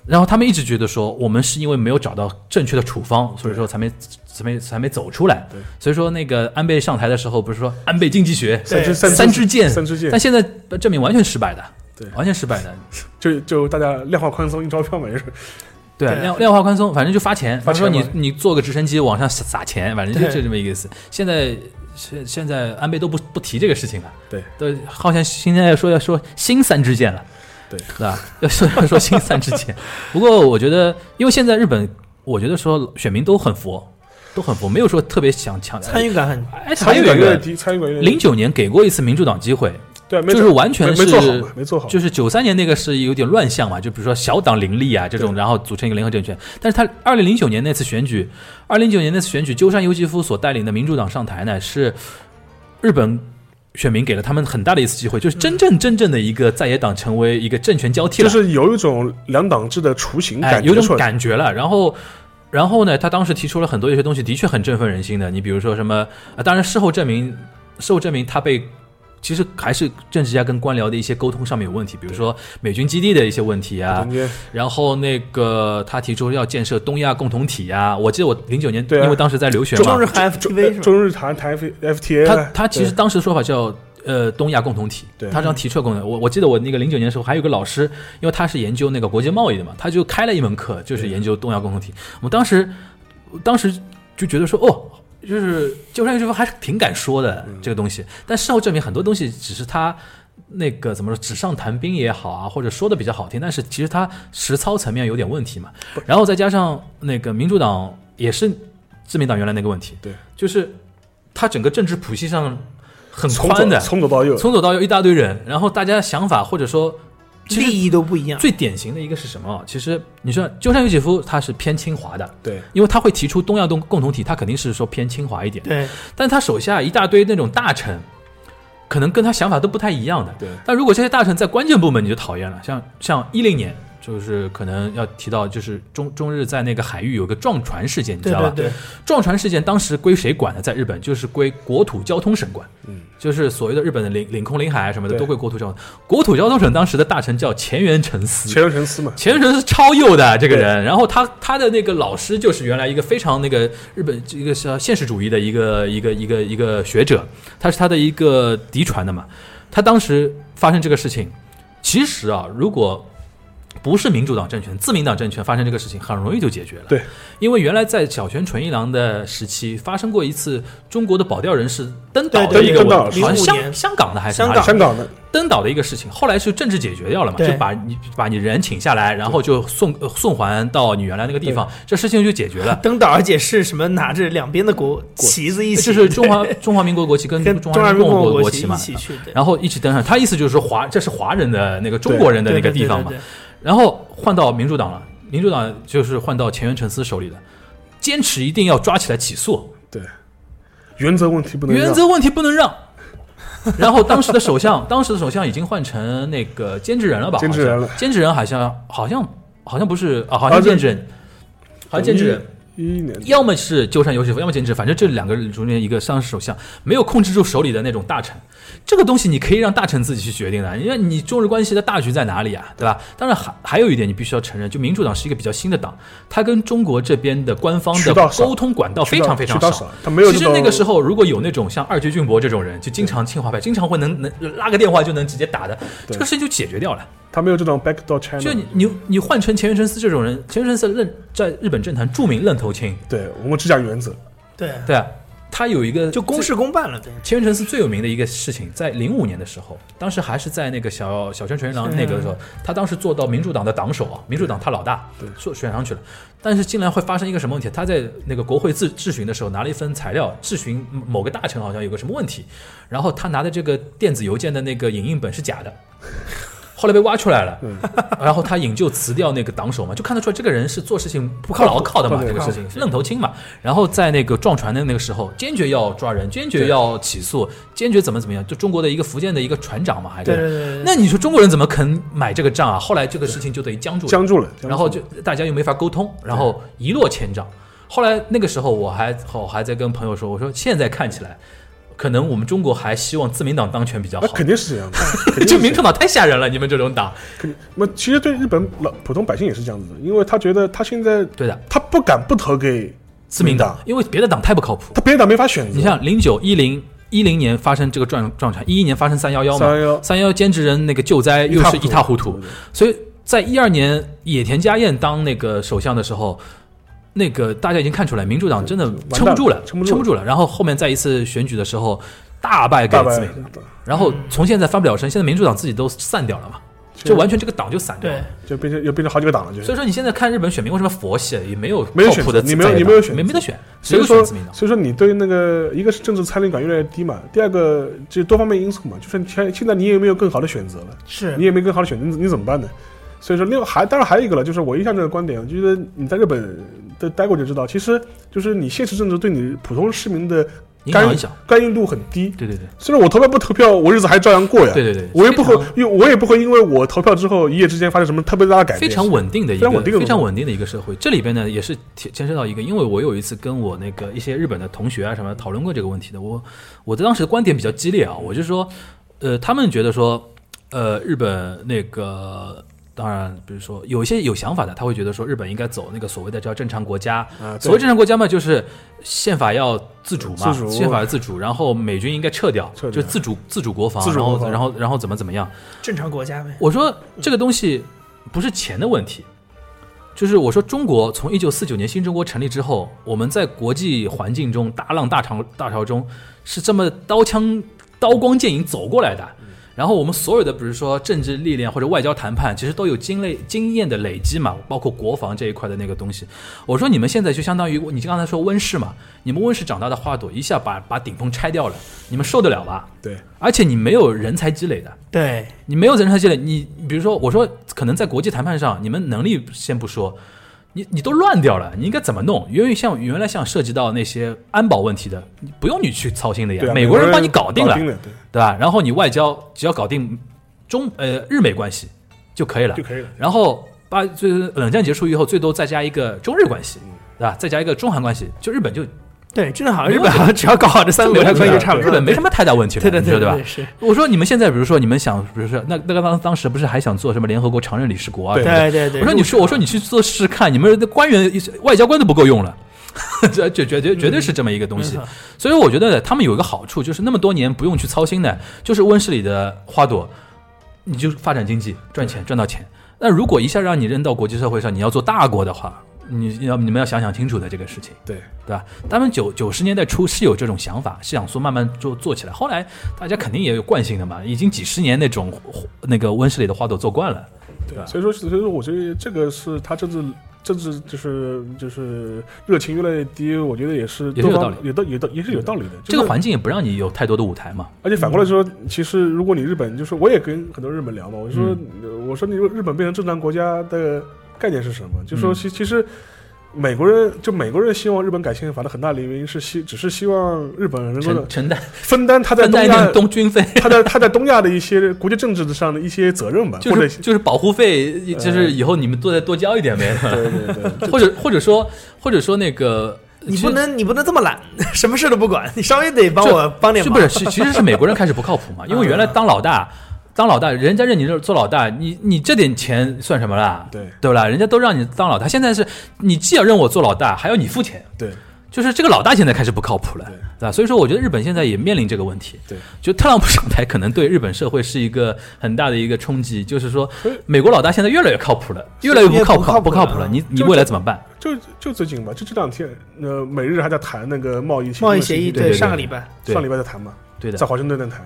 Speaker 2: 然后他们一直觉得说，我们是因为没有找到正确的处方，所以说才没才没才没走出来
Speaker 3: 对。
Speaker 2: 所以说那个安倍上台的时候，不是说安倍经济学
Speaker 3: 三支
Speaker 2: 三支箭，
Speaker 3: 三支箭
Speaker 2: 但，现在呃证明完全失败的，
Speaker 3: 对
Speaker 2: 完全失败的。
Speaker 3: 就就大家量化宽松印钞票嘛，也是
Speaker 2: 对，
Speaker 4: 对
Speaker 2: 量量化宽松，反正就发钱，
Speaker 3: 发
Speaker 2: 他
Speaker 3: 钱
Speaker 2: 说你
Speaker 3: 嘛
Speaker 2: 你坐个直升机往上撒撒钱，反正就
Speaker 4: 对
Speaker 2: 就这么一个意思。现在现现在安倍都不不提这个事情了，
Speaker 3: 对，
Speaker 2: 都好像现在说要说新三支箭了，
Speaker 3: 对
Speaker 2: 是吧？ 要说要说新三支箭。不过我觉得，因为现在日本，我觉得说选民都很佛，都很佛，没有说特别想强
Speaker 4: 参与感很
Speaker 2: 哎，还
Speaker 3: 参与
Speaker 2: 有
Speaker 3: 感
Speaker 2: 一
Speaker 3: 越来越
Speaker 2: 个
Speaker 3: 低，参与感越来越低
Speaker 2: 零九年给过一次民主党机会，
Speaker 3: 对，啊没
Speaker 2: 就是
Speaker 3: 做
Speaker 2: 完全
Speaker 3: 没
Speaker 2: 是
Speaker 3: 没做好嘛，没做好，
Speaker 2: 就是九三年那个是有点乱象嘛，就比如说小党林立啊这种，然后组成一个联合政权。但是他二零零九年那次选举，二零零九年那次选举，鸠山由纪夫所带领的民主党上台呢，是日本选民给了他们很大的一次机会，就是真正真正的一个在野党成为一个政权交替
Speaker 3: 就
Speaker 2: 了，
Speaker 3: 是有一种两党制的雏形
Speaker 2: 哎，
Speaker 3: 感
Speaker 2: 有
Speaker 3: 觉出
Speaker 2: 种
Speaker 3: 来，
Speaker 2: 感觉了。然后。然后呢，他当时提出了很多一些东西，的确很振奋人心的。你比如说什么，啊，当然事后证明，事后证明他被其实还是政治家跟官僚的一些沟通上面有问题，比如说美军基地的一些问题啊
Speaker 3: 中，间
Speaker 2: 然后那个他提出要建设东亚共同体啊，我记得我零九年、
Speaker 3: 对啊
Speaker 2: 因为当时在留学嘛
Speaker 4: 中日，韩
Speaker 3: 中
Speaker 4: FTV 是吧？
Speaker 3: 中日韩台 FTA，
Speaker 2: 他
Speaker 3: 呢
Speaker 2: 他其实当时说法叫呃东亚共同体，
Speaker 3: 对
Speaker 2: 他这样提出了共同。我我记得我那个零九年的时候还有个老师，因为他是研究那个国际贸易的嘛，他就开了一门课，就是研究东亚共同体。我们当时当时就觉得说哦。就是鸠山由纪夫还是挺敢说的、这个东西，但事后证明很多东西只是他那个怎么说纸上谈兵也好啊，或者说的比较好听，但是其实他实操层面有点问题嘛。然后再加上那个民主党也是自民党原来那个问题，
Speaker 3: 对，
Speaker 2: 就是他整个政治谱系上很
Speaker 3: 从
Speaker 2: 宽
Speaker 3: 左
Speaker 2: 的，
Speaker 3: 从左到右，
Speaker 2: 从左到右一大堆人，然后大家想法或者说其实
Speaker 4: 利益都不一
Speaker 3: 啊
Speaker 4: 样，
Speaker 2: 最典型的一个是什么啊？其实你说鸠山由纪夫他是偏清华的，
Speaker 3: 对
Speaker 2: 因为他会提出东亚共共同体，他肯定是说偏清华一点，
Speaker 4: 对，
Speaker 2: 但他手下一大堆那种大臣，可能跟他想法都不太一样的。
Speaker 3: 对
Speaker 2: 但如果这些大臣在关键部门，你就讨厌了。像像一零年，就是可能要提到，就是中中日在那个海域有个撞船事件，你知
Speaker 4: 对
Speaker 2: 道吧？
Speaker 4: 对对，
Speaker 2: 撞船事件当时归谁管呢？在日本就是归国土交通省管，
Speaker 3: 嗯，
Speaker 2: 就是所谓的日本的领领空领海啊什么的
Speaker 3: 对
Speaker 2: 都归国土交通。国土交通省当时的大臣叫前原诚司，
Speaker 3: 前人陈思嘛，
Speaker 2: 前人是超右的这个人，然后他他的那个老师就是原来一个非常那个日本一个是现实主义的一个一个一个一个学者，他是他的一个嫡传的嘛。他当时发生这个事情，其实啊，如果不是民主党政权，自民党政权发生这个事情，很容易就解决了。
Speaker 3: 对，
Speaker 2: 因为原来在小泉纯一郎的时期发生过一次中国的保钓人士登岛
Speaker 4: 对
Speaker 2: 的
Speaker 4: 对
Speaker 2: 一个
Speaker 3: 登岛
Speaker 2: 问题，好像
Speaker 4: 05
Speaker 2: 香
Speaker 4: 年
Speaker 2: 香港的还是哪
Speaker 4: 香
Speaker 2: 里
Speaker 4: 港
Speaker 3: 香港的
Speaker 2: 登岛的一个事情，后来是政治解决掉了嘛，
Speaker 4: 对
Speaker 2: 就把你把你人请下来，然后就送呃送还到你原来那个地方，这事情就解决 了。
Speaker 4: 登岛而且是什么拿着两边的国旗子一起，
Speaker 2: 就是中华中华民国国旗跟
Speaker 4: 跟
Speaker 2: 中
Speaker 4: 中
Speaker 2: 华
Speaker 4: 华
Speaker 2: 人
Speaker 4: 民
Speaker 2: 民共和
Speaker 4: 国
Speaker 2: 国
Speaker 4: 国
Speaker 2: 国
Speaker 4: 旗
Speaker 2: 旗
Speaker 4: 一
Speaker 2: 嘛，啊
Speaker 4: 起去，对
Speaker 2: 然后一起登上。他意思就是说华这是华人的那个中国人的那个地方嘛
Speaker 4: 对对对对，
Speaker 2: 然后换到民主党了，民主党就是换到前原诚司手里了，坚持一定要抓起来起诉，
Speaker 3: 对原则问题不能让
Speaker 2: 原则问题不能让。然后当时的首相， 当时的首相已经换成那个监制人了吧？
Speaker 3: 监制人
Speaker 2: 好
Speaker 3: 了
Speaker 2: 像监制人好像好像好像不是啊，好
Speaker 3: 啊
Speaker 2: 像
Speaker 3: 对
Speaker 2: 监制人，好像监制人，
Speaker 3: 一一年
Speaker 2: 要么是鸠山由纪夫，要么监制，反正这两个人中间一个上是首相，没有控制住手里的那种大臣。这个东西你可以让大臣自己去决定的，因为你中日关系的大局在哪里啊，对吧？当然还还有一点你必须要承认，就民主党是一个比较新的党，它跟中国这边的官方
Speaker 3: 渠
Speaker 2: 的
Speaker 3: 道少
Speaker 2: 沟通管道非常非常
Speaker 3: 渠道
Speaker 2: 少
Speaker 3: 少。他没有
Speaker 2: 其
Speaker 3: 这
Speaker 2: 实
Speaker 3: 种
Speaker 2: 那个时候，如果有那种像二阶俊博这种人，就经常清华派，经常会能能拉个电话就能直接打的，
Speaker 3: 对
Speaker 2: 这个事情就解决掉了。
Speaker 3: 他没有这种 backdoor
Speaker 2: 就
Speaker 3: channel，
Speaker 2: 你你你换成钱元诚司这种人，钱元诚司愣在日本政坛著名愣头青，
Speaker 3: 对我们只讲原则，
Speaker 4: 对，
Speaker 2: 对啊，他有一个
Speaker 4: 就公
Speaker 2: 最
Speaker 4: 事公办了，对，
Speaker 2: 千原城是最有名的一个事情，在零五年的时候，当时还是在那个小小泉纯一郎那个的时候，他当时做到民主党的党首啊，民主党他老大，
Speaker 3: 对
Speaker 2: 说选上去了。但是竟然会发生一个什么问题？他在那个国会质质询的时候拿了一份材料，质询某个大臣好像有个什么问题，然后他拿的这个电子邮件的那个影印本是假的。后来被挖出来了， 然后他引咎辞掉那个党首嘛，就看得出来这个人是做事情不靠牢靠的嘛，
Speaker 3: 靠谱
Speaker 2: 这个事情
Speaker 4: 靠谱
Speaker 2: 愣头青嘛。然后在那个撞船的那个时候，坚决要抓人，坚决要起诉，坚决怎么怎么样，就中国的一个福建的一个船长嘛，还
Speaker 4: 对对
Speaker 2: 是。
Speaker 4: 对对，
Speaker 2: 那你说中国人怎么肯买这个账啊？后来这个事情就等于僵住了，
Speaker 3: 僵住了，
Speaker 2: 然后就大家又没法沟通，然后一落千丈。后来那个时候，我还我还在跟朋友说，我说现在看起来，可能我们中国还希望自民党当权比较啊
Speaker 3: 那
Speaker 2: 好，
Speaker 3: 啊肯定是 这样的，
Speaker 2: 就民主党太吓人了，你们这种党。
Speaker 3: 肯定那么其实对日本老普通百姓也是这样子的，因为他觉得他现在
Speaker 2: 对的，
Speaker 3: 他不敢不投给
Speaker 2: 自民党，，因为别的党太不靠谱。
Speaker 3: 他别的党没法选择，
Speaker 2: 你像零九一零。一零年发生这个撞撞船，一一年发生三幺幺嘛，
Speaker 3: 311
Speaker 2: 三幺兼职人那个救灾又是一塌糊涂
Speaker 3: 对，
Speaker 2: 所以在一二年野田佳彦当那个首相的时候，那个大家已经看出来，民主党真的
Speaker 3: 完蛋
Speaker 2: 撑不住了，
Speaker 3: 撑不住了
Speaker 2: 撑不住了。然后后面在一次选举的时候大败给
Speaker 3: 大
Speaker 2: 自
Speaker 3: 败
Speaker 2: 民党，然后从现在翻不了身，现在民主党自己都散掉了嘛，就完全这个党就散掉
Speaker 4: 对
Speaker 2: 了。，
Speaker 3: 就变成又变成好几个党了，就是
Speaker 2: 所。以说你现在看日本选民为什么佛系，也没有
Speaker 3: 没有
Speaker 2: 靠谱的
Speaker 3: 选
Speaker 2: 在
Speaker 3: 择你没有
Speaker 2: 野
Speaker 3: 你
Speaker 2: 党
Speaker 3: 没有选
Speaker 2: 没
Speaker 3: 择
Speaker 2: 没得选，谁
Speaker 3: 所以
Speaker 2: 会选
Speaker 3: 说，
Speaker 2: 自民党？
Speaker 3: 所以说你对那个一个是政治参与感越来越低嘛，第二个就多方面因素嘛，就是现现在你也没有更好的选择了，
Speaker 4: 是
Speaker 3: 你也没更好的选择，你你怎么办呢？所以说，另外还当然还有一个了，就是我一向这个观点，我觉得你在日本的待过就知道，其实就是你现实政治对你普通市民的
Speaker 2: 影响
Speaker 3: 干
Speaker 2: 影响，
Speaker 3: 干预度很低。
Speaker 2: 对对对
Speaker 3: 虽然我投票不投票，我日子还照样过呀。
Speaker 2: 对对对，
Speaker 3: 我也不
Speaker 2: 非
Speaker 3: 会
Speaker 2: 常，
Speaker 3: 因为我也不会因为我投票之后一夜之间发生什么特别大的改
Speaker 2: 非
Speaker 3: 变。
Speaker 2: 常稳定的一个
Speaker 3: 非常稳定的
Speaker 2: 非常稳定的一个社会。这里边呢也是牵牵涉到一个，因为我有一次跟我那个一些日本的同学啊什么讨论过这个问题的，我我的当时的观点比较激烈啊，我就说，呃，他们觉得说，呃，日本那个。当然，比如说有一些有想法的，他会觉得说日本应该走那个所谓的叫正常国家。
Speaker 3: 啊，对
Speaker 2: 所谓正常国家嘛，就是宪法要自主嘛，
Speaker 3: 自主
Speaker 2: 宪法要自主，然后美军应该撤掉，
Speaker 3: 撤掉
Speaker 2: 就自主自主国防，
Speaker 3: 自主国防
Speaker 2: 然后然后然后怎么怎么样。
Speaker 4: 正常国家呗。
Speaker 2: 我说这个东西不是钱的问题，就是我说中国从一九四九年新中国成立之后，我们在国际环境中大浪大潮大潮中是这么刀枪刀光剑影走过来的。然后我们所有的，比如说政治历练或者外交谈判，其实都有经类经验的累积嘛，包括国防这一块的那个东西。我说你们现在就相当于你刚才说温室嘛，你们温室长大的花朵一下把把顶棚拆掉了，你们受得了吧？
Speaker 3: 对，
Speaker 2: 而且你没有人才积累的，
Speaker 4: 对，
Speaker 2: 你没有人才积累，你比如说，我说可能在国际谈判上，你们能力先不说，你你都乱掉了，你应该怎么弄？因为像原来像涉及到那些安保问题的，你不用你去操心的呀，
Speaker 3: 对啊
Speaker 2: 美
Speaker 3: 美
Speaker 2: 国人
Speaker 3: 人
Speaker 2: 帮你搞定了，
Speaker 3: 对
Speaker 2: 对吧？然后你外交只要搞定中呃日美关系就可以了
Speaker 3: 就，可以了。
Speaker 2: 然后把就是冷战结束以后，最多再加一个中日关
Speaker 4: 嗯
Speaker 2: 系，对吧？再加一个中韩关系，就日本就
Speaker 4: 对，真的好像
Speaker 2: 没
Speaker 4: 啊
Speaker 2: 问
Speaker 4: 日本
Speaker 2: 题
Speaker 4: 好像只要搞好这三个国家关系就差不
Speaker 2: 日
Speaker 4: 多了。
Speaker 2: 本没什么太大问题了，
Speaker 4: 对对
Speaker 2: 你说对
Speaker 4: 对
Speaker 2: 吧？
Speaker 4: 是，
Speaker 2: 我说你们现在，比如说你们想，比如说那那个当当时不是还想做什么联合国常任理事国啊？
Speaker 3: 对
Speaker 2: 不
Speaker 4: 对对对。
Speaker 2: 我说你去，我说你去做试试看，你们的官员外交官都不够用了， 这这绝绝绝对
Speaker 4: 嗯
Speaker 2: 是这么一个东西。
Speaker 4: 没错
Speaker 2: 所以我觉得他们有一个好处，就是那么多年不用去操心的，就是温室里的花朵，你就发展经济赚钱赚到钱。那如果一下让你扔到国际社会上，你要做大国的话，你你要你们要想想清楚的这个事情。
Speaker 3: 对，
Speaker 2: 对吧？他们九九十年代初是有这种想法，是想说慢慢做做起来。后来大家肯定也有惯性的嘛，已经几十年那种那个温室里的花朵做惯了。对
Speaker 3: 所以说，所以说，我觉得这个是他政治政治就是就是热情越来越低，我觉得也是
Speaker 2: 也是
Speaker 3: 多
Speaker 2: 有
Speaker 3: 方
Speaker 2: 道理
Speaker 3: 也都也都也是有道理的。
Speaker 2: 这个
Speaker 3: 就是
Speaker 2: 环境也不让你有太多的舞台嘛。
Speaker 3: 而且反过来说，其实如果你日本，就是我也跟很多日本聊嘛，我
Speaker 2: 嗯
Speaker 3: 就说，呃我说你如果日本变成正常国家的概念是什么？就说
Speaker 2: 嗯
Speaker 3: 其其实美国人就美国人希望日本改宪法的很大的原因是希只是希望日本能够
Speaker 2: 承承担
Speaker 3: 分 担他在
Speaker 2: 分
Speaker 3: 东
Speaker 2: 担一
Speaker 3: 亚
Speaker 2: 定东军 费，
Speaker 3: 他在他在东亚的一些国际政治上的一些责任吧，或
Speaker 2: 就
Speaker 3: 者哎
Speaker 2: 是就是保护费，就是以后你们多再多交一点呗。
Speaker 3: 对对 对。
Speaker 2: 或者或者说或者说那个
Speaker 4: 你
Speaker 2: 其
Speaker 4: 不
Speaker 2: 实
Speaker 4: 能你不能这么懒，什么事都不管，你稍微得帮
Speaker 2: 这
Speaker 4: 我帮点
Speaker 2: 是
Speaker 4: 忙。
Speaker 2: 不是？是其实是美国人开始不靠谱嘛，因为原来当老大，当老大，人家认你做老大，你你这点钱算什么啦？
Speaker 3: 对
Speaker 2: 对不啦？人家都让你当老大，现在是你既要认我做老大，还要你付钱，
Speaker 3: 对
Speaker 2: 就是这个老大现在开始不靠谱了
Speaker 3: 对，
Speaker 2: 对吧？所以说，我觉得日本现在也面临这个问题。
Speaker 3: 对，
Speaker 2: 就特朗普上台可能对日本社会是一个很大的一个冲击，就是说
Speaker 3: 所以
Speaker 2: 美国老大现在越来越靠谱了，越来越不靠
Speaker 4: 越来越
Speaker 2: 谱，
Speaker 4: 不
Speaker 2: 不靠
Speaker 4: 靠谱
Speaker 2: 谱
Speaker 4: 了
Speaker 2: 了。你你
Speaker 3: 就是
Speaker 2: 未来怎么办？
Speaker 3: 就就最近吧，就这两天，呃，美日还在谈那个贸易
Speaker 4: 贸易协议
Speaker 2: 对
Speaker 3: 对，
Speaker 2: 对对
Speaker 4: 上个礼拜
Speaker 2: 对
Speaker 3: 上礼拜在谈嘛，
Speaker 2: 对的
Speaker 3: 在，华盛顿在谈，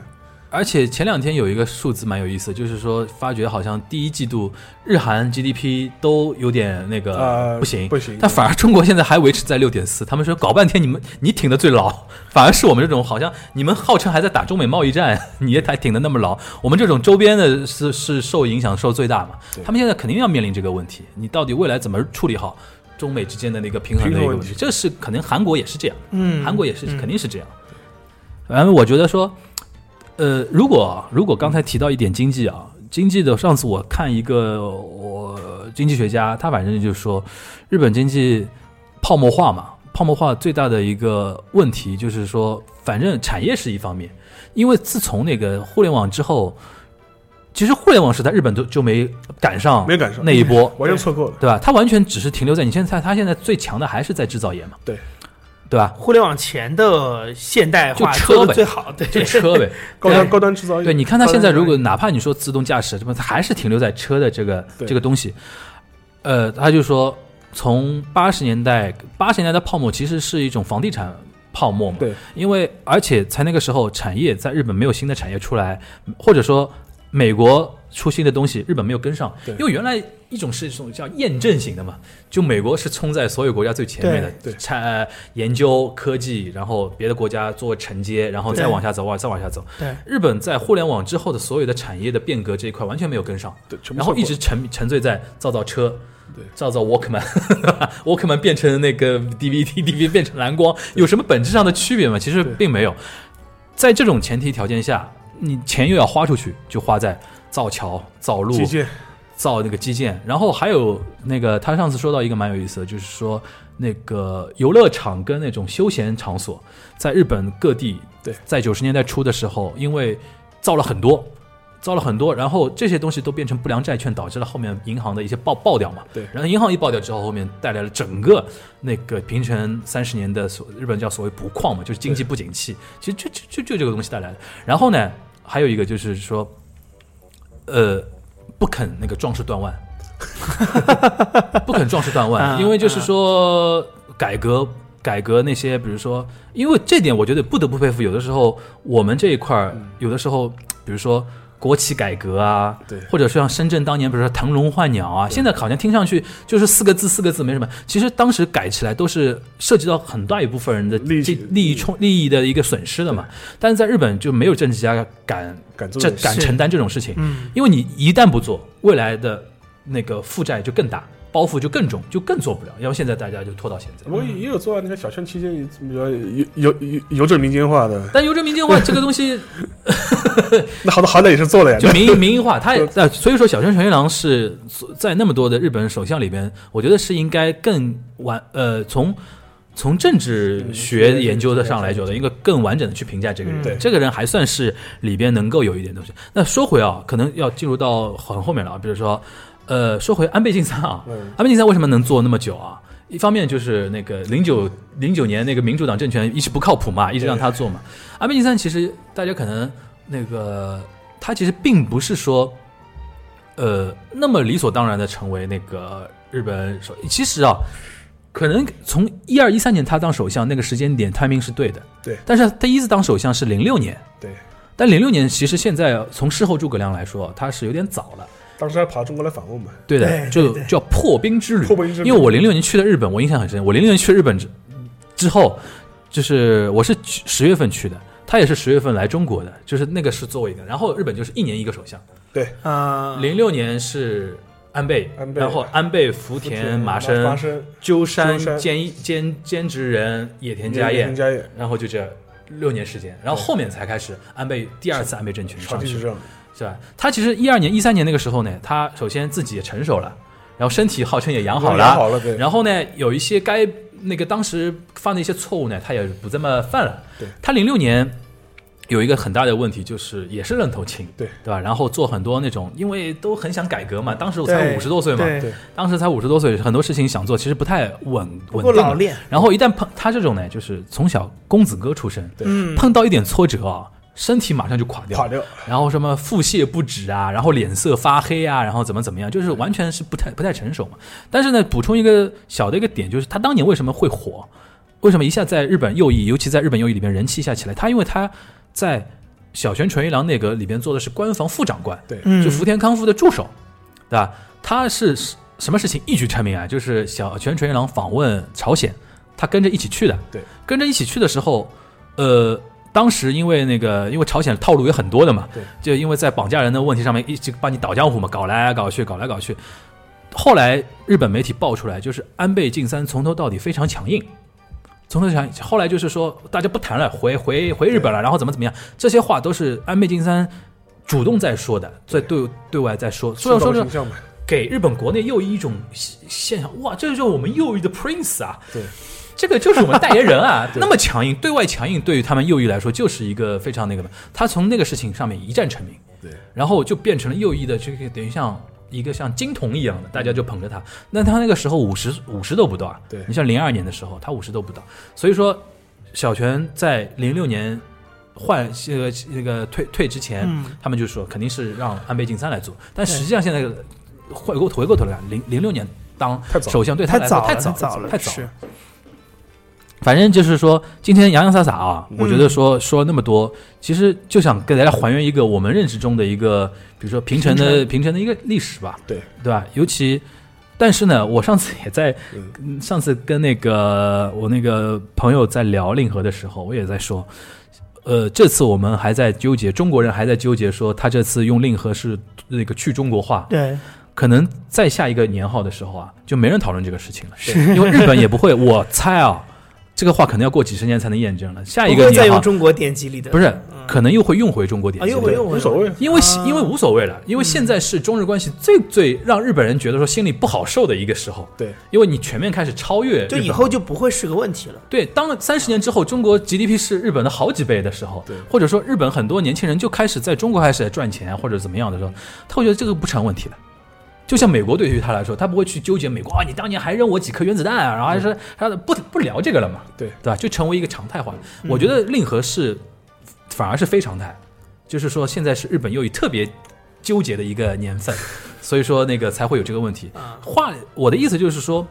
Speaker 2: 而且前两天有一个数字蛮有意思，就是说发觉好像第一季度日韩 GDP 都有点那个、
Speaker 3: 呃，
Speaker 2: 不行，
Speaker 3: 不行，
Speaker 2: 但反而中国现在还维持在六点四。他们说搞半天你们你挺的最牢，反而是我们这种好像你们号称还在打中美贸易战，你也还挺的那么牢，我们这种周边的是是受影响受最大嘛
Speaker 3: 对。
Speaker 2: 他们现在肯定要面临这个问题，你到底未来怎么处理好中美之间的那个平衡的一个
Speaker 3: 平衡
Speaker 2: 问
Speaker 3: 问
Speaker 2: 题
Speaker 3: 题？
Speaker 2: 这是可能韩国也是这样。
Speaker 4: 嗯，
Speaker 2: 韩国也是
Speaker 4: 嗯
Speaker 2: 肯定是这样。然后我觉得说，呃，如果如果刚才提到一点经济啊，经济的上次我看一个我经济学家，他反正就说日本经济泡沫化嘛，泡沫化最大的一个问题就是说，反正产业是一方面，因为自从那个互联网之后。其实互联网时代，日本就就没赶上
Speaker 3: 没赶上
Speaker 2: 那一波，
Speaker 3: 完全错过了，
Speaker 2: 对吧？它完全只是停留在你现在，它现在最强的还是在制造业嘛，
Speaker 3: 对
Speaker 2: 对吧？
Speaker 4: 互联网前的现代化
Speaker 2: 就车呗
Speaker 4: 做的最好，对，
Speaker 2: 就 车呗。
Speaker 3: 高端
Speaker 2: 对
Speaker 3: 高端制造业，
Speaker 2: 对，你看它现在如
Speaker 4: 高
Speaker 2: 果
Speaker 4: 端
Speaker 2: 哪怕你说自动驾驶什么，它还是停留在车的这个
Speaker 3: 对
Speaker 2: 这个东西。呃，他就说从八十年代八十年代的泡沫其实是一种房地产泡沫嘛，
Speaker 3: 对，
Speaker 2: 因为而且在那个时候产业在日本没有新的产业出来，或者说美国出新的东西，日本没有跟上
Speaker 3: 对，
Speaker 2: 因为原来一种是一种叫验证型的嘛，就美国是冲在所有国家最前面的，
Speaker 3: 对对
Speaker 2: 产呃研究科技，然后别的国家做承接，然后再
Speaker 4: 对
Speaker 2: 往下走，往再往下走。
Speaker 4: 对，
Speaker 2: 日本在互联网之后的所有的产业的变革这一块完全没有跟上，
Speaker 3: 对全
Speaker 2: 然
Speaker 3: 部
Speaker 2: 后
Speaker 3: 错过
Speaker 2: 一直沉沉醉在造造车。
Speaker 3: 对
Speaker 2: 造造 Walkman，Walkman 变成那个 DVD，DVD 变成蓝光，有什么本质上的区别吗？其实
Speaker 3: 对
Speaker 2: 并没有。在这种前提条件下，你钱又要花出去，就花在造桥、造路、
Speaker 3: 基建
Speaker 2: 造那个基建，然后还有那个他上次说到一个蛮有意思的，就是说那个游乐场跟那种休闲场所，在日本各地，
Speaker 3: 对，
Speaker 2: 在九十年代初的时候，因为造了很多。造了很多，然后这些东西都变成不良债券，导致了后面银行的一些爆爆掉嘛。
Speaker 3: 对
Speaker 2: 然后银行一爆掉之后，后面带来了整个那个平成三十年的所日本叫所谓不况嘛，就是经济不景气。其实就就就就这个东西带来的。然后呢，还有一个就是说，呃，不肯那个壮士断腕， 不肯壮士断腕，
Speaker 3: 嗯
Speaker 4: 啊
Speaker 2: 因为就是说改革改革那些，比如说，因为这点我觉得不得不佩服，有的时候我们这一块儿，
Speaker 3: 嗯
Speaker 2: 有的时候比如说。国企改革啊，
Speaker 3: 对
Speaker 2: 或者像深圳当年，比如说腾笼换鸟啊，现在好像听上去就是四个字，四个字没什么。其实当时改起来都是涉及到很大一部分人的
Speaker 3: 利益
Speaker 2: 这利益冲利益的一个损失的嘛。但是在日本就没有政治家敢
Speaker 3: 敢做
Speaker 2: 这
Speaker 3: 这种
Speaker 2: 敢
Speaker 4: 事
Speaker 2: 承担这种事情，
Speaker 4: 嗯，
Speaker 2: 因为你一旦不做，未来的那个负债就更大，包袱就更重，就更做不了。要不现在大家就拖到现在
Speaker 3: 不。过也有做啊，你看小圈期间也有有有有整民间化的，
Speaker 2: 但邮政民间化这个东西
Speaker 3: 那好的好歹也是做了呀。
Speaker 2: 就民营民营化，它也呃，所以说小泉纯一郎是在那么多的日本首相里边，我觉得是应该更完呃从从政治学研究的上来觉得应该更完整的去评价这个人。
Speaker 3: 嗯对
Speaker 2: 这个人还算是里边能够有一点东西。那说回啊，可能要进入到很后面了啊，比如说呃，说回安倍晋三啊，
Speaker 3: 嗯
Speaker 2: 安倍晋三为什么能做那么久啊？一方面就是那个零九零九年那个民主党政权一直不靠谱嘛，一直让他做嘛。安倍晋三其实大家可能那个他其实并不是说呃那么理所当然的成为那个日本首，其实啊。可能从一二一三年他当首相那个时间点 timing 是对的，
Speaker 3: 对
Speaker 2: 但是他第一次当首相是零六年，
Speaker 3: 对，
Speaker 2: 但零六年其实现在从事后诸葛亮来说，他是有点早了。
Speaker 3: 当时还跑到中国来访问嘛，
Speaker 2: 对的，
Speaker 4: 对
Speaker 2: 就
Speaker 4: 对对
Speaker 2: 叫破冰之旅。
Speaker 3: 破冰之旅
Speaker 2: 因为我零六年去的日本，我印象很深。我零六年去日本之之后，就是我是去十月份去的，他也是十月份来中国的，就是那个是作为一个。然后日本就是一年一个首相，
Speaker 3: 对，
Speaker 4: 啊，
Speaker 2: 零六年是安倍，
Speaker 3: 安倍
Speaker 2: 然后安倍、福田、麻生、
Speaker 3: 麻生、
Speaker 2: 鸠山
Speaker 3: 鸠山
Speaker 2: 兼兼兼职人野田佳
Speaker 3: 田
Speaker 2: 彦，
Speaker 3: 家业，
Speaker 2: 然后就这六年时间，然后后面才开始安倍第二次安倍政权
Speaker 3: 长
Speaker 2: 上
Speaker 3: 期
Speaker 2: 去
Speaker 3: 执。政，
Speaker 2: 是吧？他其实一二年、一三年那个时候呢，他首先自己也成熟了，然后身体号称也养好了，
Speaker 3: 养好了对
Speaker 2: 然后呢，有一些该那个当时犯的一些错误呢，他也不这么犯了。
Speaker 3: 对，
Speaker 2: 他零六年有一个很大的问题，就是也是愣头青，
Speaker 3: 对
Speaker 2: 对吧？然后做很多那种，因为都很想改革嘛，当时我才
Speaker 4: 对
Speaker 2: 五十多岁嘛，
Speaker 4: 对
Speaker 3: 对
Speaker 2: 当时才五十多岁，很多事情想做，其实不太稳
Speaker 4: 不
Speaker 2: 稳
Speaker 4: 够
Speaker 2: 定
Speaker 4: 老
Speaker 2: 了。
Speaker 4: 练，
Speaker 2: 然后一旦碰他这种呢，就是从小公子哥出身，
Speaker 3: 对
Speaker 4: 嗯，
Speaker 2: 碰到一点挫折啊，身体马上就垮掉，
Speaker 3: 垮掉，
Speaker 2: 然后什么腹泻不止啊，然后脸色发黑啊，然后怎么怎么样，就是完全是不太不太成熟嘛。但是呢，补充一个小的一个点，就是他当年为什么会火，为什么一下在日本右翼，尤其在日本右翼里边人气一下起来，他因为他在小泉纯一郎那个里边做的是官房副长官，
Speaker 3: 对，
Speaker 4: 嗯
Speaker 2: 就福田康夫的助手，对吧？他是什么事情一举成名啊？就是小泉纯一郎访问朝鲜，他跟着一起去的。
Speaker 3: 对，
Speaker 2: 跟着一起去的时候，呃，当时因为那个，因为朝鲜套路有很多的嘛，
Speaker 3: 对，
Speaker 2: 就因为在绑架人的问题上面一直把你倒江湖嘛，搞来搞去，搞来搞去。后来日本媒体爆出来，就是安倍晋三从头到底非常强硬，从头强硬。后来就是说大家不谈了，回回回日本了，然后怎么怎么样，这些话都是安倍晋三主动在说的，在对对外在说。说着说
Speaker 3: 塑造
Speaker 2: 着
Speaker 3: 形，象嘛，
Speaker 2: 给日本国内右翼一种现象，哇，这就是我们右翼的 Prince 啊，
Speaker 3: 对，
Speaker 2: 这个就是我们代言人 啊，那么强硬，对外强硬，对于他们右翼来说就是一个非常那个的。他从那个事情上面一战成名，
Speaker 3: 对，
Speaker 2: 然后就变成了右翼的这个等于像一个像金童一样
Speaker 3: 嗯
Speaker 2: 的，大家就捧着他。那他那个时候五十五十都不到啊，
Speaker 3: 对
Speaker 2: 你像零二年的时候，他五十都不到，所以说小泉在零六年换这个这个退退之前，
Speaker 4: 嗯
Speaker 2: 他们就说肯定是让安倍晋三来做，但实际上现在回过回过头来看，零零六年当
Speaker 3: 太早了
Speaker 2: 首相，对他来说
Speaker 4: 早
Speaker 2: 太
Speaker 4: 了
Speaker 2: 早
Speaker 4: 早了，
Speaker 2: 太早
Speaker 4: 是。
Speaker 2: 反正就是说，今天洋洋洒洒啊，我觉得说说了那么多，其实就想给大家还原一个我们认知中的一个，比如说平城的平城的一个历史吧，
Speaker 3: 对
Speaker 2: 对吧？尤其，但是呢，我上次也在，嗯上次跟那个我那个朋友在聊令和的时候，我也在说，呃，这次我们还在纠结，中国人还在纠结说他这次用令和是那个去中国化，
Speaker 4: 对，
Speaker 2: 可能在下一个年号的时候啊，就没人讨论这个事情了，因为日本也不会。我猜啊，这个话可能要过几十年才能验证了。下一
Speaker 4: 不
Speaker 2: 个
Speaker 4: 会再
Speaker 2: 年
Speaker 4: 用
Speaker 2: 号
Speaker 4: 中国典籍里的，
Speaker 2: 不是，
Speaker 4: 嗯
Speaker 2: 可能又会用回中国典
Speaker 4: 啊，
Speaker 2: 籍
Speaker 4: 又回
Speaker 2: 了，
Speaker 4: 又回，
Speaker 3: 无所谓。
Speaker 2: 因为
Speaker 4: 啊
Speaker 2: 因为无所谓了，因为现在是中日关系最最让日本人觉得说心里不好受的一个时候，
Speaker 3: 对，
Speaker 2: 因为你全面开始超越日
Speaker 4: 就
Speaker 2: 本
Speaker 4: 以后就不会是个问题了。
Speaker 2: 对，当三十年之后，中国 GDP 是日本的好几倍的时候
Speaker 3: 对，
Speaker 2: 或者说日本很多年轻人就开始在中国开始赚钱或者怎么样的时候，他会觉得这个不成问题的。就像美国对于他来说，他不会去纠结美国啊，你当年还扔我几颗原子弹啊，然后还是他不不聊这个了嘛，
Speaker 3: 对
Speaker 2: 对吧？就成为一个常态化。我
Speaker 4: 嗯
Speaker 2: 觉得令和是反而是非常态，就是说现在是日本又以特别纠结的一个年 份，所以说那个才会有这个问题。
Speaker 4: 啊
Speaker 2: 话我的意思就是说，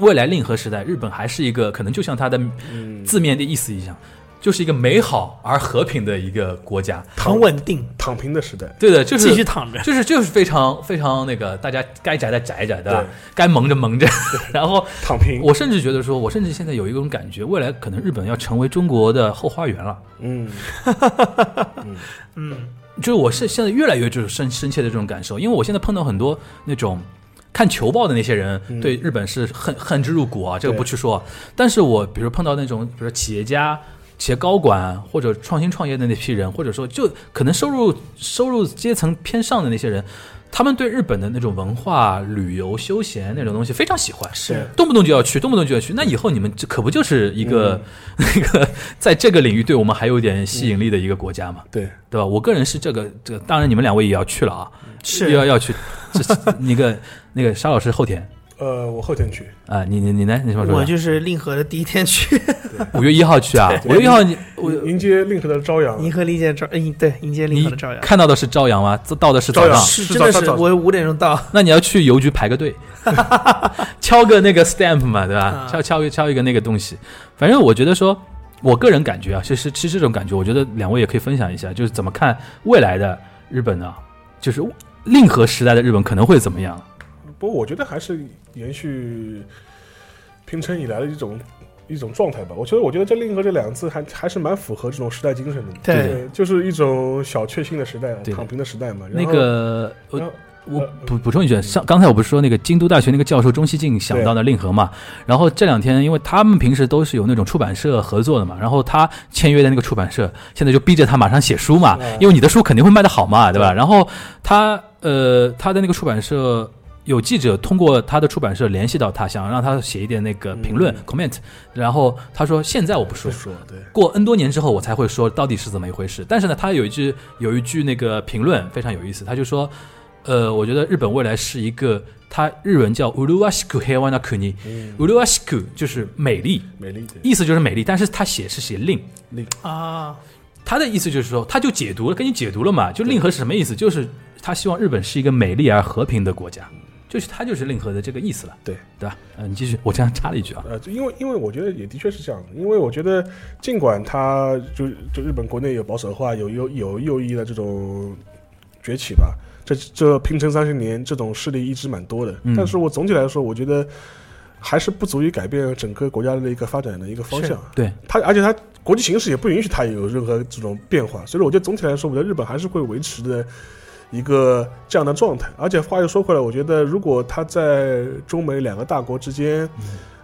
Speaker 2: 未来令和时代，日本还是一个可能就像它的
Speaker 3: 嗯，
Speaker 2: 字面的意思一样，就是一个美好而和平的一个国家。
Speaker 4: 很稳定，
Speaker 3: 躺平的时代，
Speaker 2: 对的，就
Speaker 4: 继续
Speaker 2: 是
Speaker 4: 躺着。
Speaker 2: 就是就是非常非常那个，大家该宅的宅着，对吧？
Speaker 3: 对
Speaker 2: 该蒙着蒙着。 然后
Speaker 3: 躺平。
Speaker 2: 我甚至觉得说，我甚至现在有一种感觉，未来可能日本要成为中国的后花园了。
Speaker 3: 嗯，
Speaker 4: 嗯，
Speaker 2: 就是我是现在越来越就是深深切的这种感受，因为我现在碰到很多那种看球报的那些人，对日本是恨恨之入骨啊，这个
Speaker 3: 对
Speaker 2: 不去说。但是我比如碰到那种，比如说企业家、企业高管或者创新创业的那批人，或者说就可能收入收入阶层偏上的那些人，他们对日本的那种文化、旅游、休闲那种东西非常喜欢，
Speaker 4: 是
Speaker 2: 动不动就要去，动不动就要去。那以后你们这可不就是 一个、那个在这个领域对我们还有点吸引力的一个国家嘛？
Speaker 3: 对，
Speaker 2: 对吧？我个人是这个这个，当然你们两位也要去了啊，
Speaker 4: 是
Speaker 2: 要要去，这 是那个那个沙老师后天
Speaker 3: 呃，我后天去，
Speaker 2: 啊、你你你呢？你什么时候
Speaker 4: 我
Speaker 2: 去？啊
Speaker 4: 就是令和的第一天去，
Speaker 2: 五月一号去啊，五
Speaker 3: 对
Speaker 2: 月一号你我
Speaker 3: 迎迎接令和的朝阳。
Speaker 4: 迎合理解朝，嗯，对，迎接令
Speaker 2: 你
Speaker 4: 和的朝阳。
Speaker 2: 看啊到的是朝阳吗？这到的是早
Speaker 3: 朝
Speaker 2: 上
Speaker 3: 阳，
Speaker 4: 是
Speaker 3: 是
Speaker 4: 真的
Speaker 3: 早
Speaker 4: 是，
Speaker 3: 早
Speaker 4: 我五点钟到，
Speaker 2: 那你要去邮局排个队，敲个那个 stamp 嘛，对吧
Speaker 4: 啊？
Speaker 2: 敲敲一敲一个那个东西，反正我觉得说。我个人感觉啊，其实其实这种感觉，我觉得两位也可以分享一下，就是怎么看未来的日本呢、就是令和时代的日本可能会怎么样？
Speaker 3: 不过我觉得还是延续平成以来的一种一种状态吧。我觉得，我觉得这“令和”这两个字还还是蛮符合这种时代精神的。
Speaker 4: 对
Speaker 3: 就是，就是一种小确幸的时代，
Speaker 2: 对
Speaker 3: 躺平的时代嘛。然
Speaker 2: 那
Speaker 3: 后，
Speaker 2: 个，我
Speaker 3: 然后
Speaker 2: 我
Speaker 3: 呃
Speaker 2: 补补充一句，上刚才我不是说那个京都大学那个教授中西进想到的令和嘛？然后这两天，因为他们平时都是有那种出版社合作的嘛，然后他签约的那个出版社现在就逼着他马上写书嘛
Speaker 3: 嗯，
Speaker 2: 因为你的书肯定会卖得好嘛，对吧？然后他呃，他的那个出版社有记者通过他的出版社联系到他，想让他写一点那个评论
Speaker 3: 嗯
Speaker 2: comment，然后他说现在我不说
Speaker 3: 不，说对，
Speaker 2: 过 N 多年之后，我才会说到底是怎么一回事。但是呢，他有一句有一句那个评论非常有意思，他就说，呃，我觉得日本未来是一个，他日文叫 “uluwashiku hewana
Speaker 3: 嗯
Speaker 2: kuni”。uluwashiku 就是美丽，
Speaker 3: 美丽对
Speaker 2: 意思就是美丽，但是他写是写令，嗯
Speaker 4: 啊，
Speaker 2: 他的意思就是说，他就解读了，跟你解读了嘛，就令和是什么意思？就是他希望日本是一个美丽而和平的国家，就是他就是令和的这个意思了，
Speaker 3: 对。
Speaker 2: 对吧？嗯、你继续，我这样插了一句啊，
Speaker 3: 呃，就因为因为我觉得也的确是这样的，因为我觉得尽管它就就日本国内有保守化，有右有右翼的这种崛起吧，这这平成三十年这种势力一直蛮多的，
Speaker 2: 嗯
Speaker 3: 但是我总体来说，我觉得还是不足以改变整个国家的一个发展的一个方
Speaker 4: 是
Speaker 3: 向。啊
Speaker 2: 对，
Speaker 3: 它而且它国际形势也不允许它有任何这种变化，所以我觉得总体来说，我觉得日本还是会维持的一个这样的状态。而且话又说回来，我觉得如果它在中美两个大国之间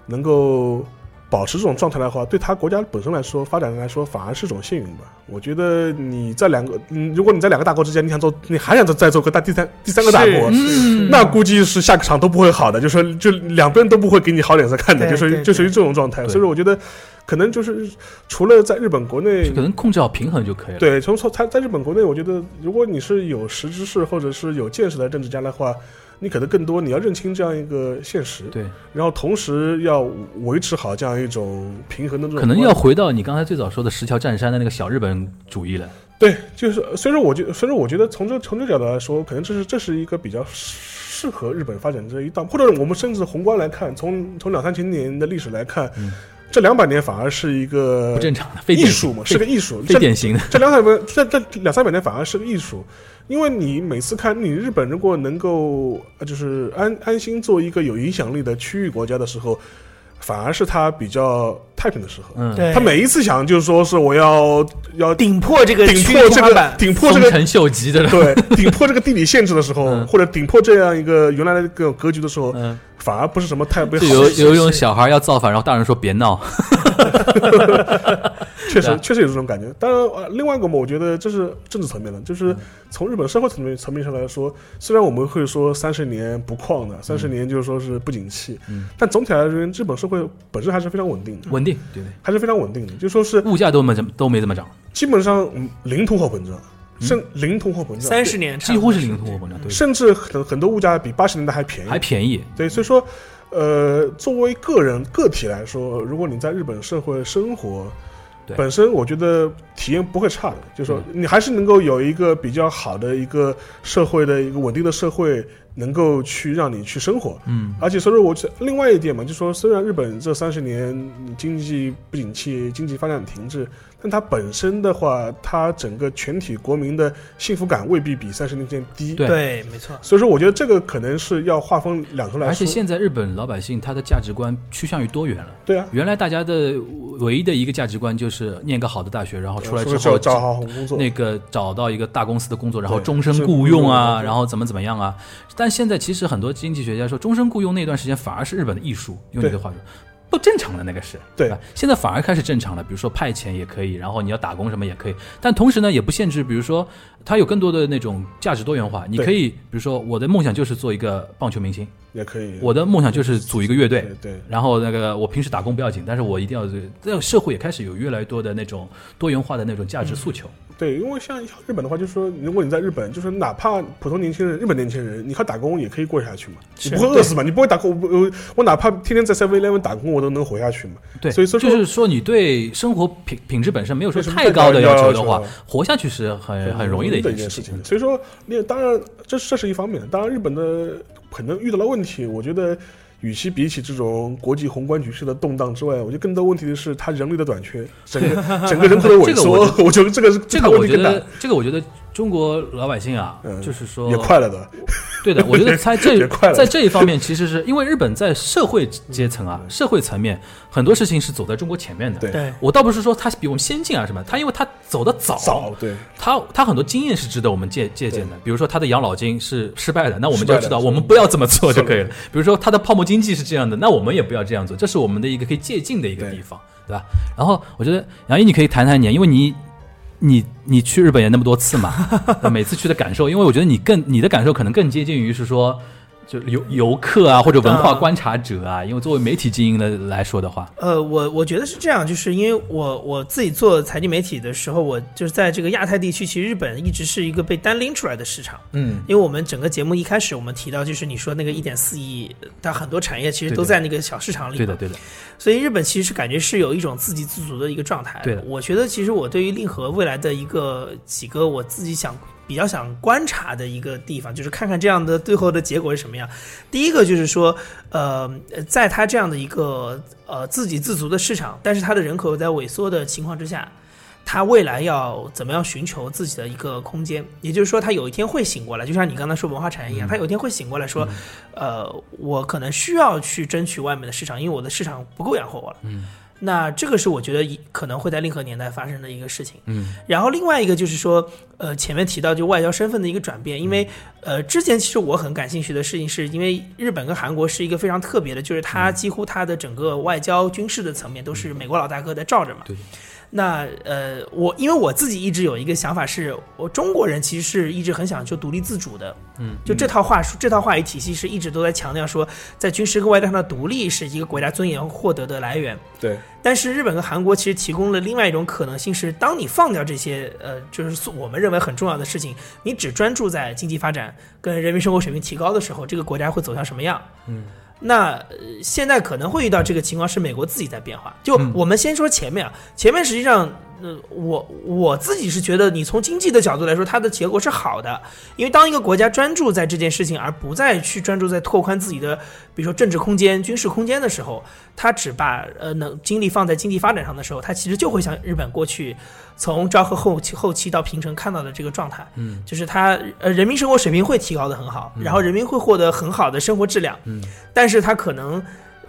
Speaker 3: 能够保持这种状态的话，对它国家本身来说，发展来说反而是种幸运吧。我觉得你在两个，嗯，如果你在两个大国之间，你想做，你还想再做个大第三第三个大国，
Speaker 2: 嗯
Speaker 3: 那估计是下个场都不会好的，就是就两边都不会给你好脸色看的，
Speaker 4: 对
Speaker 3: 就
Speaker 4: 对
Speaker 3: 是就属于这种状态。
Speaker 2: 对
Speaker 3: 所以说我觉得，可能就是除了在日本国内
Speaker 2: 嗯就可，能控制好平衡就可以了。
Speaker 3: 对，从从他在日本国内，我觉得如果你是有识之士或者是有见识的政治家的话，你可能更多你要认清这样一个现实，
Speaker 2: 对。
Speaker 3: 然后同时要维持好这样一种平衡的这种
Speaker 2: 可
Speaker 3: 关系，
Speaker 2: 能要回到你刚才最早说的十条战衫的那个小日本主义了。
Speaker 3: 对，就是虽然我觉，虽然我觉得从这从这角度来说，可能这是这是一个比较适合日本发展这一道，或者我们甚至宏观来看，从从两三千年的历史来看，这两百年反而是一个
Speaker 2: 嗯不正常的，非
Speaker 3: 艺
Speaker 2: 典
Speaker 3: 术
Speaker 2: 型，
Speaker 3: 嘛，是个艺术。
Speaker 2: 非
Speaker 3: 这
Speaker 2: 典型的，
Speaker 3: 这两百年，这这这两三百年反而是个艺术，因为你每次看你日本如果能够呃就是安安心做一个有影响力的区域国家的时候，反而是它比较太平的时候。
Speaker 2: 嗯，
Speaker 4: 对，
Speaker 3: 他每一次想就是说是我要要
Speaker 4: 顶破这个
Speaker 3: 顶
Speaker 4: 区
Speaker 3: 破
Speaker 4: 域
Speaker 3: 这
Speaker 4: 天花
Speaker 3: 个
Speaker 4: 板，
Speaker 3: 顶破这
Speaker 2: 丰
Speaker 3: 个
Speaker 2: 臣秀吉的，
Speaker 3: 对顶破这个地理限制的时候
Speaker 2: 嗯，
Speaker 3: 或者顶破这样一个原来的这种格局的时候，
Speaker 2: 嗯，
Speaker 3: 反而不是什么太美
Speaker 2: 就
Speaker 3: 好
Speaker 2: 有
Speaker 3: 的
Speaker 4: 是
Speaker 3: 事。
Speaker 2: 有一种小孩要造反，然后大人说别闹，
Speaker 3: 确
Speaker 2: 对
Speaker 3: 实
Speaker 2: 啊
Speaker 3: 确实有这种感觉。当然，呃另外一个嘛，我觉得这是政治层面的，
Speaker 2: 嗯
Speaker 3: 就是从日本社会层面层面上来说，虽然我们会说三十年不况的，三十年就是说是不景气
Speaker 2: 嗯，
Speaker 3: 但总体来说，日本社会本身还是非常稳定的，
Speaker 2: 稳定，对不对？
Speaker 3: 还是非常稳定的，就说是
Speaker 2: 物价都没怎么都没怎么涨，
Speaker 3: 基本上嗯零通货膨胀，
Speaker 2: 嗯
Speaker 3: 甚零通货膨胀，
Speaker 4: 三十年
Speaker 2: 几乎是零通货膨胀，对，
Speaker 3: 甚至很很多物价比八十年代还便宜，
Speaker 2: 还便宜，
Speaker 3: 对，所以说，呃，作为个人个体来说，如果你在日本社会生活，
Speaker 2: 对嗯
Speaker 3: 本身我觉得体验不会差的，就是说你还是能够有一个比较好的一个社会的一个稳定的社会，能够去让你去生活。
Speaker 2: 嗯，
Speaker 3: 而且所以说我觉得另外一点嘛，就说虽然日本这三十年经济不景气、经济发展停滞，但它本身的话，它整个全体国民的幸福感未必比三十年前低。
Speaker 2: 对
Speaker 4: 对，没错，
Speaker 3: 所以说，我觉得这个可能是要划分两头来说。
Speaker 2: 而且现在日本老百姓他的价值观趋向于多元了。
Speaker 3: 对啊，
Speaker 2: 原来大家的唯一的一个价值观就是念个好的大学，然后出来之
Speaker 3: 说是要
Speaker 2: 后
Speaker 3: 找好工作，
Speaker 2: 那个找到一个大公司的工作，然后
Speaker 3: 对
Speaker 2: 终身
Speaker 3: 是
Speaker 2: 雇
Speaker 3: 雇
Speaker 2: 佣
Speaker 3: 佣
Speaker 2: 啊，
Speaker 3: 对
Speaker 2: 然后怎么怎么样啊。但现在其实很多经济学家说，终身雇佣那段时间反而是日本的艺术，用你的
Speaker 3: 对
Speaker 2: 话说。不正常的那个是，
Speaker 3: 对
Speaker 2: 吧？现在反而开始正常了，比如说派遣也可以，然后你要打工什么也可以，但同时呢，也不限制，比如说它有更多的那种价值多元化。你
Speaker 3: 对
Speaker 2: 可以，比如说我的梦想就是做一个棒球明星，
Speaker 3: 也可以。
Speaker 2: 我的梦想就是组一个乐队
Speaker 3: 对，对
Speaker 2: 然后那个我平时打工不要紧，但是我一定要这个社会也开始有越来越多的那种多元化的那种价
Speaker 3: 嗯
Speaker 2: 值诉求。
Speaker 3: 对，因为像像日本的话，就是说，如果你在日本，就是哪怕普通年轻人，日本年轻人，你靠打工也可以过下去嘛，你
Speaker 2: 啊
Speaker 3: 不会饿死嘛，你不会打工，我我我哪怕天天在 Seven Eleven 打工，我都能活下去嘛。
Speaker 2: 对，
Speaker 3: 所以说
Speaker 2: 就是说你对生活品品质本身没有说
Speaker 3: 没什么
Speaker 2: 太高的
Speaker 3: 太高
Speaker 2: 要
Speaker 3: 的
Speaker 2: 求
Speaker 3: 要
Speaker 2: 的
Speaker 3: 求啊
Speaker 2: 话
Speaker 3: 了，
Speaker 2: 活下去是很很容易的
Speaker 3: 的
Speaker 2: 一件
Speaker 3: 件
Speaker 2: 事情。
Speaker 3: 情。所以说，那当然这是这是一方面，当然日本的可能遇到的问题，我觉得。与其比起这种国际宏观局势的动荡之外，我觉得更多问题的是它人力的短缺，整个整个人口的
Speaker 2: 这
Speaker 3: 萎
Speaker 2: 个
Speaker 3: 缩
Speaker 2: 我，
Speaker 3: 我觉得这个是
Speaker 2: 这
Speaker 3: 它
Speaker 2: 个
Speaker 3: 问
Speaker 2: 我
Speaker 3: 题
Speaker 2: 觉
Speaker 3: 更大
Speaker 2: 得，这个我觉得中国老百姓啊，
Speaker 3: 嗯
Speaker 2: 就是说
Speaker 3: 也快了的，
Speaker 2: 对的，我觉得在这
Speaker 3: 也快了
Speaker 2: 在这一方面，其实是因为日本在社会阶层啊、社会层面很多事情是走在中国前面的。
Speaker 3: 嗯对
Speaker 4: 对，
Speaker 2: 我倒不是说他比我们先进啊什么，他因为他走的早，
Speaker 3: 早对，
Speaker 2: 他他很多经验是值得我们借借鉴的，比如说他的养老金是失败的，那我们就要知道
Speaker 3: 失败的
Speaker 2: 我们不要这么做就可以了
Speaker 3: 是。
Speaker 2: 比如说他的泡沫经济是这样的，那我们也不要这样做，这是我们的一个可以借鉴的一个地方，对吧？然后我觉得杨一你可以谈谈你，因为你你你去日本也那么多次嘛， 呃每次去的感受，因为我觉得你更你的感受可能更接近于是说。就游游客啊，或者文化
Speaker 4: 啊
Speaker 2: 观察者啊，因为作为媒体经营的来说的话，
Speaker 4: 呃，我我觉得是这样，就是因为我我自己做财经媒体的时候，我就是在这个亚太地区，其实日本一直是一个被单拎出来的市场。
Speaker 2: 嗯，
Speaker 4: 因为我们整个节目一开始我们提到，就是你说那个一点四亿，呃它很多产业其实
Speaker 2: 对
Speaker 4: 都
Speaker 2: 的
Speaker 4: 在那个小市场里
Speaker 2: 对
Speaker 4: 嘛
Speaker 2: 的，对的，
Speaker 4: 所以日本其实感觉是有一种自给自足的一个状态。
Speaker 2: 对的
Speaker 4: 我觉得其实我对于令和未来的一个几个我自己想比较想观察的一个地方，就是看看这样的最后的结果是什么样。第一个就是说，呃，在它这样的一个呃自给自足的市场，但是它的人口又在萎缩的情况之下。它未来要怎么样寻求自己的一个空间？也就是说，它有一天会醒过来，就像你刚才说文化产业
Speaker 2: 嗯
Speaker 4: 一样，它有一天会醒过来说，呃，我可能需要去争取外面的市场，因为我的市场不够养活我了。嗯，那这个是我觉得一可能会在令和年代发生的一个事情。
Speaker 2: 嗯，
Speaker 4: 然后另外一个就是说，呃，前面提到就外交身份的一个转变，因为
Speaker 2: 嗯
Speaker 4: 呃，之前其实我很感兴趣的事情是，因为日本跟韩国是一个非常特别的，就是它几乎它的整个外交、军事的层面都是美国老大哥在罩着嘛。
Speaker 2: 嗯对。
Speaker 4: 那呃，我因为我自己一直有一个想法是，我中国人其实是一直很想就独立自主的，嗯，就这套话术、这套话语体系是一直都在强调说，在军事跟外交上的独立是一个国家尊严获得的来源。
Speaker 3: 对，
Speaker 4: 但是日本跟韩国其实提供了另外一种可能性是，当你放掉这些呃，就是我们认为很重要的事情，你只专注在经济发展跟人民生活水平提高的时候，这个国家会走向什么样？那、呃现在可能会遇到这个情况是美国自己在变化。就我们先说前面啊，前面实际上那我我自己是觉得，你从经济的角度来说，它的结果是好的，因为当一个国家专注在这件事情，而不再去专注在拓宽自己的，比如说政治空间、军事空间的时候，他只把呃能精力放在经济发展上的时候，他其实就会像日本过去从昭和后期后期到平成看到的这个状态，
Speaker 2: 嗯，
Speaker 4: 就是他呃人民生活水平会提高的很好，然后人民会获得很好的生活质量，
Speaker 2: 嗯，
Speaker 4: 但是他可能。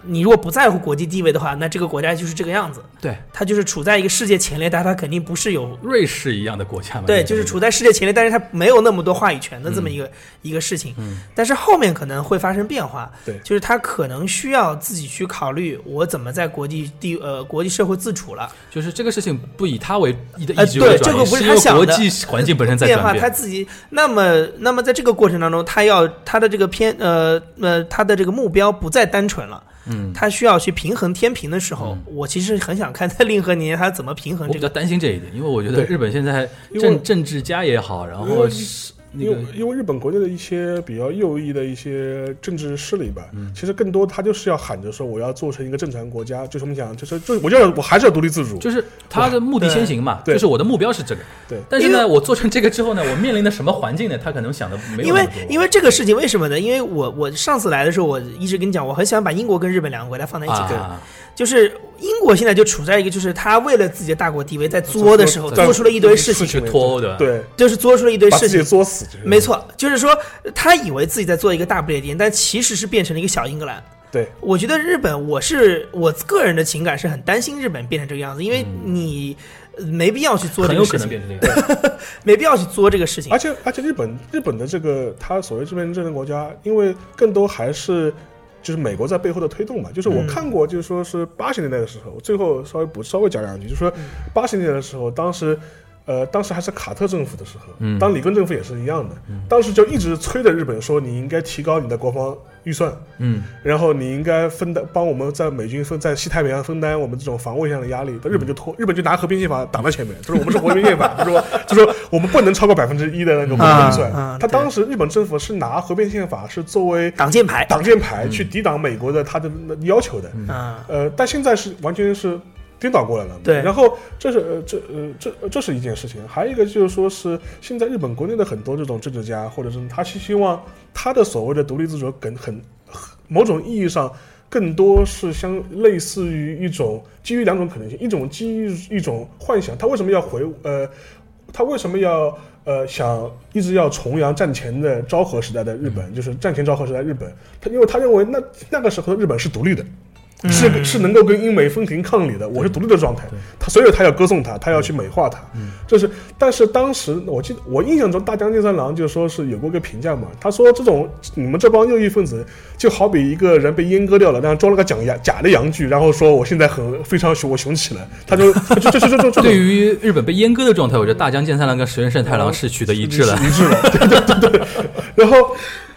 Speaker 4: 你如果不在乎国际地位的话，那这个国家就是这个样子。
Speaker 2: 对，
Speaker 4: 它就是处在一个世界前列，但它肯定不是有
Speaker 2: 瑞士一样的国家嘛，
Speaker 4: 对，就是处在世界前列，但是它没有那么多话语权的这么一个、一个事情。
Speaker 2: 嗯
Speaker 4: 但是后面可能会发生变化，
Speaker 3: 对
Speaker 4: 就是它可能需要自己去考虑，我怎么在国际地呃国际社会自处了。
Speaker 2: 就是这个事情不以他为以的
Speaker 4: 呃
Speaker 2: 一直为
Speaker 4: 对这
Speaker 2: 转移，
Speaker 4: 个不是
Speaker 2: 是
Speaker 4: 他
Speaker 2: 因为
Speaker 4: 想
Speaker 2: 国
Speaker 4: 的
Speaker 2: 际环境本身在
Speaker 4: 变
Speaker 2: 转
Speaker 4: 化，
Speaker 2: 变，
Speaker 4: 他自己那么那么在这个过程当中，他要他的这个偏呃呃他的这个目标不再单纯了。
Speaker 2: 嗯，
Speaker 4: 他需要去平衡天平的时候，我其实很想看在令和年他怎么平衡
Speaker 2: 我
Speaker 4: 这
Speaker 2: 比
Speaker 4: 个。
Speaker 2: 较担心这一点，因为我觉得
Speaker 3: 对
Speaker 2: 日本现在
Speaker 3: 因为
Speaker 2: 政政治家也好，然
Speaker 3: 因
Speaker 2: 后
Speaker 3: 为
Speaker 2: 是那
Speaker 3: 因
Speaker 2: 个
Speaker 3: 为因为日本国内的一些比较右翼的一些政治势力吧，
Speaker 2: 嗯
Speaker 3: 其实更多他就是要喊着说我要做成一个正常国家，就是我们讲，就是就是我就要我还是要独立自主，
Speaker 2: 就是他的目的先行嘛，
Speaker 3: 对
Speaker 2: 就是我的目标是这个。
Speaker 3: 对
Speaker 2: 但是
Speaker 4: 因为
Speaker 2: 呢，我做成这个之后呢，我面临的什么环境呢？他可能想的没有
Speaker 4: 因
Speaker 2: 那么
Speaker 4: 为
Speaker 2: 多
Speaker 4: 因为这个事情为什么呢？因为我我上次来的时候，我一直跟你讲，我很想把英国跟日本两个国家放在一起看，
Speaker 2: 啊，
Speaker 4: 就是英国现在就处在一个，就是他为了自己的大国地位在作的时候，做出了一堆事情，
Speaker 2: 去脱欧的，，
Speaker 3: 对，
Speaker 4: 就是做出了一堆
Speaker 3: 把
Speaker 4: 事
Speaker 3: 自己
Speaker 4: 情。
Speaker 3: 作死，就是
Speaker 4: 没，错，就是说他以为自己在做一个大不列颠，但其实是变成了一个小英格兰。
Speaker 3: 对，
Speaker 4: 我觉得日本，我是我个人的情感是很担心日本变成这个样子，因为你呃没必要去做这
Speaker 2: 很
Speaker 4: 个
Speaker 2: 有可
Speaker 4: 事
Speaker 2: 能
Speaker 4: 情，
Speaker 2: 变成这个样子。
Speaker 4: 没必要去做这个事情
Speaker 3: 而。且而且日本日本的这个它所谓这边政治国家，因为更多还是就是美国在背后的推动嘛。就是我
Speaker 4: 嗯
Speaker 3: 看过，就是说是八十年代的时候，最后稍微补稍微讲两句，就是说
Speaker 4: 嗯
Speaker 3: 八十年代的时候，当时。呃，当时还是卡特政府的时候，
Speaker 2: 嗯
Speaker 3: 当里根政府也是一样的，
Speaker 4: 嗯
Speaker 3: 当时就一直催着日本说，你应该提高你的国防预算，
Speaker 2: 嗯，
Speaker 3: 然后你应该分担帮我们在美军分在西太平洋分担我们这种防卫上的压
Speaker 4: 嗯
Speaker 3: 力，但日本就拖，日本就拿和平宪法挡在前面， 就是我们是和平宪法，就说就说我们不能超过百分之一的那种国防预算。
Speaker 4: 啊啊
Speaker 3: 他
Speaker 4: 对
Speaker 3: 当时日本政府是拿和平宪法是作为
Speaker 4: 挡箭牌，
Speaker 3: 挡箭牌去抵挡美国的他的要求的，
Speaker 4: 嗯，
Speaker 3: 呃，但现在是完全是颠倒过来了嘛。
Speaker 4: 对
Speaker 3: 然后这是呃这呃这呃这是一件事情，还有一个就是说是现在日本国内的很多这种政治家，或者是他希希望他的所谓的独立自主更很很某种意义上。更多是相类似于一种基于两种可能性，一种基于一种幻想，他为什么要回呃，他为什么要呃想一直要重扬战前的昭和时代的日本，就是战前昭和时代日本，他因为他认为那那个时候的日本是独立的，是是能够跟英美分庭抗礼的，我是独立的状态。他所以他要歌颂他，他要去美化他，这是。但是当时我记得我印象中大江健三郎就说是有过一个评价嘛，他说这种你们这帮右翼分子就好比一个人被阉割掉了，然后装了个假洋假的洋具，然后说我现在很非常雄，我雄起来。他就这这这这这 这
Speaker 2: 对于日本被阉割的状态，我觉得大江健三郎跟石原慎太郎是取得一致了。
Speaker 3: 一致了， 对对对对。然后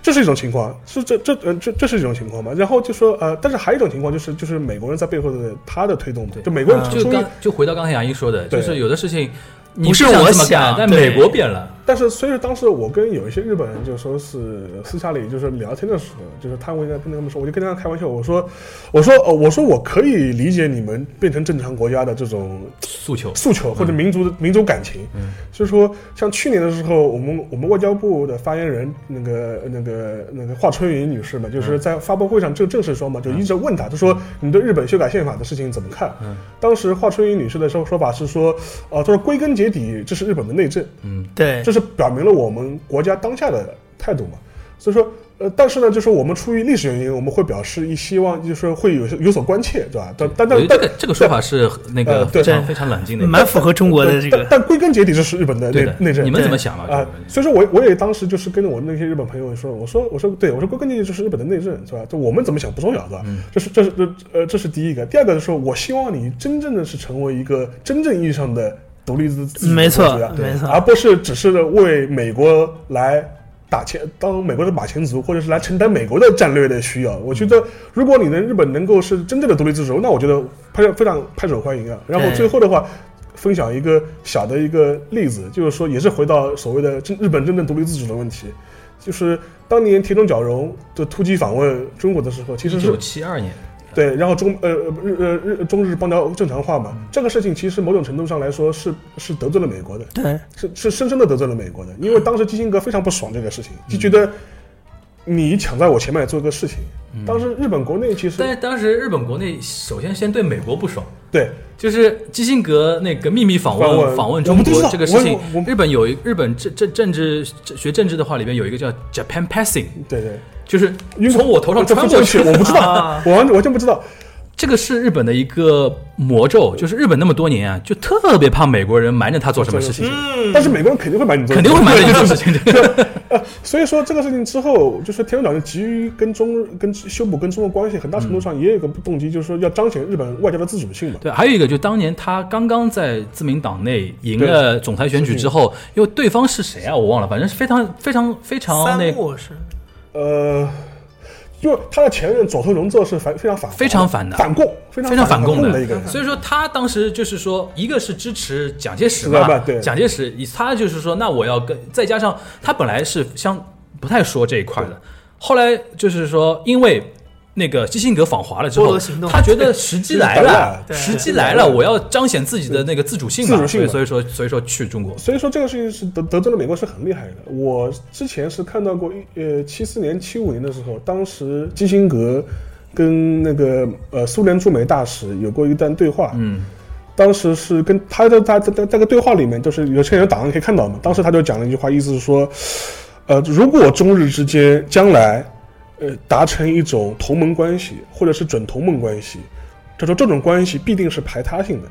Speaker 3: 这是一种情况，是这这呃这这是一种情况嘛？然后就说呃，但是还有一种情况就是就是美国人在背后的他的推动嘛
Speaker 2: 对，
Speaker 3: 就美国人
Speaker 4: 啊
Speaker 3: 出
Speaker 2: 就
Speaker 3: 出于
Speaker 2: 刚就回到刚才杨一说的，就
Speaker 3: 对
Speaker 2: 是有的事情你
Speaker 4: 不是
Speaker 2: 想
Speaker 4: 我
Speaker 2: 这么干
Speaker 4: 想
Speaker 2: 但
Speaker 4: 对
Speaker 2: 美国变了，
Speaker 3: 但是，所以说当时我跟有一些日本人就说是私下里就是聊天的时候，就是他会在跟他们说，我就跟他们开玩笑，我说，我说，呃，我说我可以理解你们变成正常国家的这种
Speaker 2: 诉求
Speaker 3: 诉求或者民族的、民族感情，
Speaker 2: 嗯
Speaker 3: 所以说像去年的时候，我们我们外交部的发言人那个那个那个华春莹女士嘛，
Speaker 2: 嗯
Speaker 3: 就是在发布会上正正式说嘛，就一直问她，就说你对日本修改宪法的事情怎么看？
Speaker 2: 嗯
Speaker 3: 当时华春莹女士的说说法是说，呃，她说归根结底这是日本的内政。
Speaker 2: 嗯，
Speaker 4: 对，
Speaker 3: 这是表明了我们国家当下的态度嘛。所以说，呃，但是呢，就是我们出于历史原因，我们会表示一希望，就是说会有有所关切，对吧？但
Speaker 2: 我
Speaker 3: 但但
Speaker 2: 觉得这
Speaker 3: 但
Speaker 2: 个这个说法是那个
Speaker 3: 呃
Speaker 2: 非
Speaker 3: 对
Speaker 2: 常
Speaker 4: 对
Speaker 2: 非常冷静的，
Speaker 4: 蛮符合中国的这
Speaker 3: 但
Speaker 4: 个。
Speaker 3: 但归根结底，这是日本的
Speaker 2: 对
Speaker 3: 内
Speaker 2: 的。
Speaker 3: 内政。
Speaker 2: 你们怎么想嘛？
Speaker 3: 啊、所以说我我也当时就是跟我那些日本朋友说，我说我说对，我说归根结底就是日本的内政，是吧？就我们怎么想不重要，是吧？
Speaker 2: 嗯
Speaker 3: 这是这是这呃这是第一个，第二个就是说我希望你真正的是成为一个真正意义上的独立自自主
Speaker 4: 没错
Speaker 3: 国家
Speaker 4: 没错
Speaker 3: 而不是只是为美国来。打钱当美国的马前卒，或者是来承担美国的战略的需要。我觉得，如果你的日本能够是真正的独立自主，那我觉得拍手非常拍手欢迎啊。然后
Speaker 4: 对
Speaker 3: 最后的话，分享一个小的一个例子，就是说也是回到所谓的真日本真正独立自主的问题，就是当年田中角荣的突击访问中国的时候，其实
Speaker 2: 一九
Speaker 3: 是
Speaker 2: 七二年，
Speaker 3: 对，然后中呃日呃日中日邦交正常化嘛，这个事情其实某种程度上来说是是得罪了美国的，
Speaker 4: 对，
Speaker 3: 是是深深的得罪了美国的，因为当时基辛格非常不爽这个事情，就觉得你抢在我前面做个事情。
Speaker 2: 嗯
Speaker 3: 当时日本国内其实
Speaker 2: 但是当时日本国内首先先对美国不爽，
Speaker 3: 对
Speaker 2: 就是基辛格那个秘密访
Speaker 3: 访
Speaker 2: 问
Speaker 3: 问
Speaker 2: 访问
Speaker 3: 我
Speaker 2: 中
Speaker 3: 们都知
Speaker 2: 国
Speaker 3: 道
Speaker 2: 这个事情
Speaker 3: 我我，
Speaker 2: 日本有一日本政政政治学政治的话里边有一个叫 Japan Passing，
Speaker 3: 对对，
Speaker 2: 就是
Speaker 3: 因为
Speaker 2: 从我头上
Speaker 3: 这
Speaker 2: 穿
Speaker 3: 不
Speaker 2: 过
Speaker 3: 正
Speaker 2: 去
Speaker 3: 确，我不知
Speaker 4: 啊
Speaker 3: 道， 我完我完全不知道。
Speaker 2: 这个是日本的一个魔咒，就是日本那么多年啊，就特别怕美国人瞒着他做什么事情，
Speaker 3: 情，嗯但是美国人肯定会买你做，
Speaker 2: 肯定会瞒着你做事情。
Speaker 3: 所以说这个事情之后，就是田中角就急于跟中跟修补跟中国关系，很大程度
Speaker 2: 嗯
Speaker 3: 上也有一个动机，就是说要彰显日本外交的自主性嘛。
Speaker 2: 对，还有一个就当年他刚刚在自民党内赢
Speaker 3: 对
Speaker 2: 了总裁选举之后，因为对方是谁啊，我忘了，反正是非常非常非常
Speaker 4: 三
Speaker 2: 那
Speaker 4: 卧室，
Speaker 3: 呃，因为他的前任佐藤荣作是反非常反
Speaker 2: 非常反的
Speaker 3: 反共非
Speaker 2: 非常
Speaker 3: 反
Speaker 2: 反共
Speaker 3: 的
Speaker 2: 的嗯
Speaker 3: 一个人。
Speaker 2: 所以说他当时就是说，一个是支持蒋介石
Speaker 3: 是
Speaker 2: 嘛
Speaker 3: 吧，对
Speaker 2: 蒋介石，他就是说，那我要跟，再加上他本来是相不太说这一块的，后来就是说，因为那个基辛格访华了之
Speaker 4: 波
Speaker 2: 后
Speaker 4: 罗行，动
Speaker 2: 他觉得时机来
Speaker 3: 是的
Speaker 2: 了，
Speaker 4: 对
Speaker 2: 时机来了，我要彰显自己的那个自主性
Speaker 3: 自
Speaker 2: 嘛，
Speaker 3: 主
Speaker 2: 所
Speaker 3: 性
Speaker 2: 以
Speaker 3: 嘛
Speaker 2: 所以说所以说去中国，
Speaker 3: 所以说这个事情是得得罪了美国是很厉害的。我之前是看到过一呃七四年七五年的时候，当时基辛格跟那个呃苏联驻美大使有过一段对话，
Speaker 2: 嗯，
Speaker 3: 当时是跟他的他在在这个对话里面，就是有些有档案可以看到嘛。当时他就讲了一句话，意思是说，呃，如果中日之间将来呃达成一种同盟关系，或者是准同盟关系，他说这种关系必定是排他性的。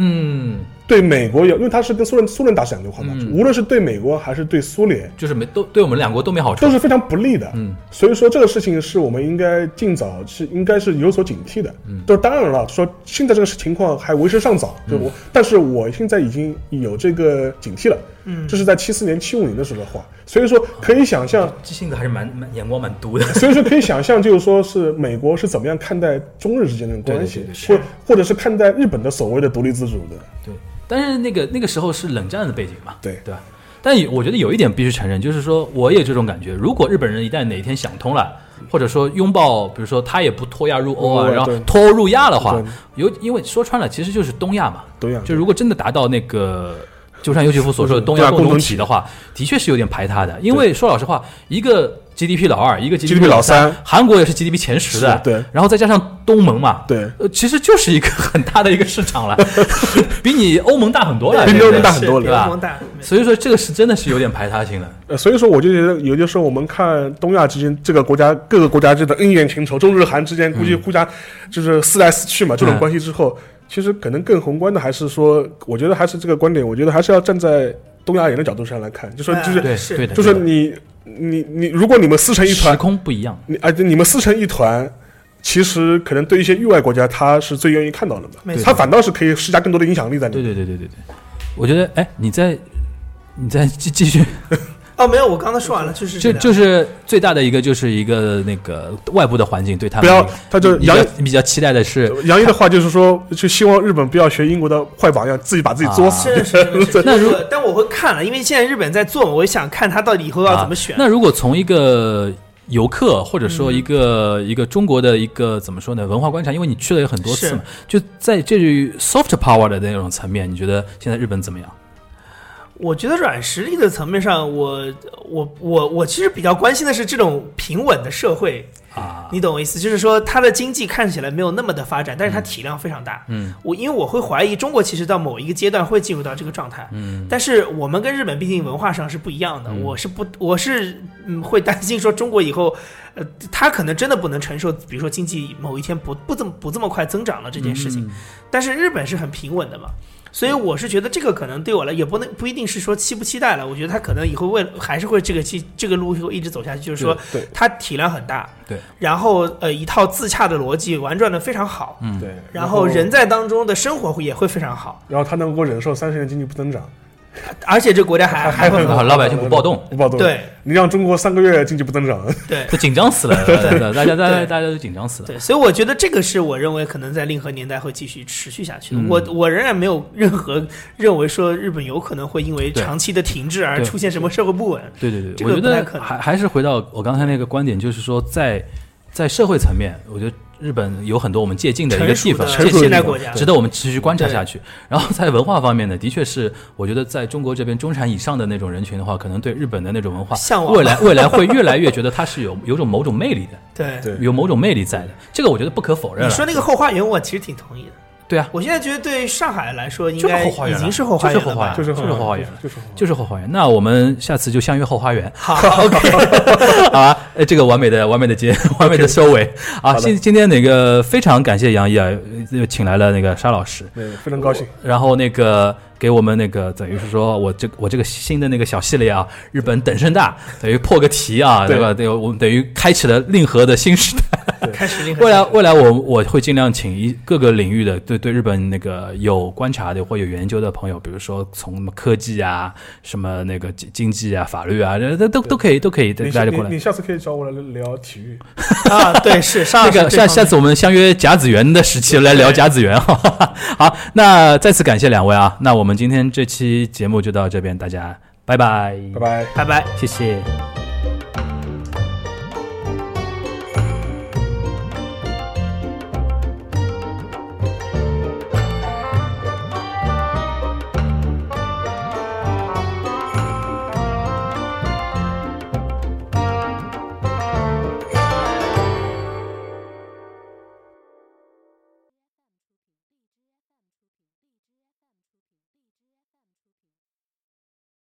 Speaker 2: 嗯，
Speaker 3: 对美国有，因为他是跟苏联苏联打讲对话嘛，无论是对美国还是对苏联，
Speaker 2: 就是没都对我们两国都没好处
Speaker 3: 都，是非常不利的。
Speaker 2: 嗯，
Speaker 3: 所以说这个事情是我们应该尽早是应该是有所警惕的。嗯，都当然了，说现在这个情况还为时尚早，就我，但是我现在已经有这个警惕了。嗯，这是在七四年、七五年的时候的话，所以说可以想象，
Speaker 2: 基辛格还是蛮蛮眼光蛮毒的，
Speaker 3: 所以说可以想象，就是说是美国是怎么样看待中日之间的关系，或或者是看待日本的所谓的独立自主的。
Speaker 2: 对，但是那个那个时候是冷战的背景嘛，
Speaker 3: 对
Speaker 2: 对吧？但有我觉得有一点必须承认，就是说我也这种感觉。如果日本人一旦哪一天想通了，或者说拥抱，比如说他也不脱亚入欧啊，
Speaker 3: 嗯
Speaker 2: 然后
Speaker 3: 对
Speaker 2: 脱欧入亚的话
Speaker 3: 对，
Speaker 2: 有因为说穿了其实就是东亚嘛，
Speaker 3: 东亚
Speaker 2: 就如果真的达到那个。鸠山由纪夫所说的东亚
Speaker 3: 东亚
Speaker 2: 共
Speaker 3: 啊共
Speaker 2: 同
Speaker 3: 同
Speaker 2: 体的话，的确是有点排他的。因为说老实话，一个 GDP 老二，一个 GDP
Speaker 3: 老
Speaker 2: 三
Speaker 3: 三，
Speaker 2: 韩国也是 GDP 前十的
Speaker 3: 是，对
Speaker 2: 然后再加上东盟嘛，
Speaker 3: 对
Speaker 2: 呃，其实就是一个很大的一个市场了， 比你欧盟大很多了，
Speaker 3: 比
Speaker 2: 对不
Speaker 3: 欧
Speaker 2: 对
Speaker 3: 盟大很多了
Speaker 2: 对
Speaker 4: 对
Speaker 2: 吧？
Speaker 4: 吧？
Speaker 2: 所以说这个是真的是有点排他性了。
Speaker 3: 呃，所以说我就觉得，有的时候我们看东亚之间这个国家各个国家之间的恩怨情仇，中日韩之间估计互相就是撕来撕去嘛，这种
Speaker 2: 嗯
Speaker 3: 关系之后，其实可能更宏观的还是说，我觉得还是这个观点，我觉得还是要站在东亚人的角度上来看，就说
Speaker 4: 哎
Speaker 3: 就是
Speaker 2: 对
Speaker 4: 是
Speaker 2: 对的，
Speaker 3: 就是
Speaker 2: 对的
Speaker 3: 你你你，如果你们撕成一
Speaker 2: 时
Speaker 3: 团，
Speaker 2: 空不一样，
Speaker 3: 你而且你们撕成一团。其实可能对一些域外国家，他是最愿意看到的
Speaker 4: 没
Speaker 3: 嘛，
Speaker 4: 错
Speaker 3: 他反倒是可以施加更多的影响力在里
Speaker 2: 对
Speaker 3: 面。
Speaker 2: 对对对对对。我觉得，哎，你再你再继继续，
Speaker 4: 哦，没有，我刚才说完了，就是
Speaker 2: 就
Speaker 4: 这样
Speaker 2: 就是最大的一个就是一个那个外部的环境对他
Speaker 3: 不
Speaker 2: 们
Speaker 3: 要
Speaker 2: 的，
Speaker 3: 他就
Speaker 2: 你比
Speaker 3: 扬
Speaker 2: 较你比较期待的是，
Speaker 3: 杨毅的话就是说，就希望日本不要学英国的坏榜样，自己把自己作死。
Speaker 4: 真的是
Speaker 2: 啊
Speaker 4: 真的是。
Speaker 2: 那如
Speaker 4: 果但我会看了，因为现在日本在做嘛，我想看他到底以后要怎么
Speaker 2: 啊
Speaker 4: 选。
Speaker 2: 那如果从一个游客或者说一
Speaker 4: 嗯
Speaker 2: 个、一个中国的一个怎么说呢文化观察，因为你去了有很多次嘛，就在这句 soft power 的那种层面，你觉得现在日本怎么样？
Speaker 4: 我觉得软实力的层面上，我我我我其实比较关心的是这种平稳的社会，
Speaker 2: 啊，
Speaker 4: 你懂我意思？就是说，它的经济看起来没有那么的发展，但是它体量非常大。
Speaker 2: 嗯，
Speaker 4: 我因为我会怀疑中国其实到某一个阶段会进入到这个状态。嗯，但是我们跟日本毕竟文化上是不一样
Speaker 2: 嗯
Speaker 4: 的，我是不，我是嗯会担心说中国以后，呃，它可能真的不能承受，比如说经济某一天不不这么不这么快增长了这件事
Speaker 2: 嗯
Speaker 4: 情。但是日本是很平稳的嘛。所以我是觉得这个可能对我来也不能不一定是说期不期待了，我觉得它可能以后为了还是会这个期这个路会一直走下去，就是说
Speaker 3: 对
Speaker 4: 它体量很大，
Speaker 2: 对，
Speaker 4: 然后呃一套自洽的逻辑玩转的非常好，
Speaker 2: 嗯
Speaker 3: 对，
Speaker 4: 然后人在当中的生活会也会非常好，
Speaker 3: 然后他能够忍受三十年经济不增长，
Speaker 4: 而且这国家还还会
Speaker 2: 很好
Speaker 4: 好，
Speaker 2: 嗯老百姓不暴动
Speaker 3: 不暴动。，
Speaker 4: 对
Speaker 3: 你让中国三个月经济不增长，
Speaker 4: 对
Speaker 2: 都紧张死 了，大家大家
Speaker 4: 对
Speaker 2: 大家都紧张死了。
Speaker 4: 对，所以我觉得这个是我认为可能在令和年代会继续持续下去的。
Speaker 2: 嗯
Speaker 4: 我我仍然没有任何认为说日本有可能会因为
Speaker 2: 对
Speaker 4: 长期的停滞而
Speaker 2: 对
Speaker 4: 出现什么社会不稳，
Speaker 2: 对对对，
Speaker 4: 这
Speaker 2: 我
Speaker 4: 个
Speaker 2: 觉
Speaker 4: 不太
Speaker 2: 得
Speaker 4: 可能
Speaker 2: 还还是回到我刚才那个观点，就是说在在社会层面，我觉得日本有很多我们借鉴的一个
Speaker 4: 成
Speaker 2: 地
Speaker 4: 熟
Speaker 2: 方，
Speaker 4: 的
Speaker 3: 成熟的
Speaker 4: 现代
Speaker 3: 地方
Speaker 4: 国家，
Speaker 2: 值得我们持续观察下去。然后在文化方面呢，的确是我觉得在中国这边中产以上的那种人群的话，可能对日本的那种文化
Speaker 4: 向往
Speaker 2: 未 来未来会越来越觉得它是有有种某种魅力的，
Speaker 4: 对
Speaker 3: 对
Speaker 2: 有某种魅力在的。这个我觉得不可否认
Speaker 4: 你说
Speaker 2: 了。
Speaker 4: 那个后花园，我其实挺同意的。
Speaker 2: 对啊，
Speaker 4: 我现在觉得对上海来说，应
Speaker 2: 就是
Speaker 4: 该
Speaker 2: 后花
Speaker 4: 已
Speaker 2: 园了
Speaker 4: 经是后花园了吧？
Speaker 2: 就是
Speaker 3: 后
Speaker 2: 就是后
Speaker 3: 花
Speaker 2: 花
Speaker 3: 园
Speaker 2: 园，
Speaker 3: 就是后花园
Speaker 2: 就是后花园。那我们下次就相约后花园。
Speaker 4: 好，OK，
Speaker 2: 好吧，呃，这个完美的、完美的结、完美的收尾啊！
Speaker 3: 的
Speaker 2: 今今天那个非常感谢杨毅啊，呃请来了那个沙老师，
Speaker 3: 对，非常高兴。
Speaker 2: 然后那个给我们那个等于是说我这我这个新的那个小系列啊，日本等身大等于破个题啊，
Speaker 3: 对
Speaker 2: 对吧？对，我们等于开启了令和的新时代。
Speaker 4: 开 始令和
Speaker 2: 未来未来我我会尽量请一各个领域的对对日本那个有观察的或有研究的朋友，比如说从什么科技啊、什么那个经经济啊、法律啊，这都都都可以都可以
Speaker 3: 你
Speaker 2: 大家过来
Speaker 3: 你。你下次可以找我来聊体育，
Speaker 4: 啊，对，是上
Speaker 2: 那
Speaker 4: 海
Speaker 2: 个
Speaker 4: 是这
Speaker 2: 下
Speaker 4: 方
Speaker 2: 下
Speaker 4: 面
Speaker 2: 次我们相约甲子园的时期来聊甲子 园哈。好，那再次感谢两位啊，那我们今天这期节目就到这边，大家拜拜，
Speaker 3: 拜拜。
Speaker 4: 拜拜。
Speaker 2: 谢谢。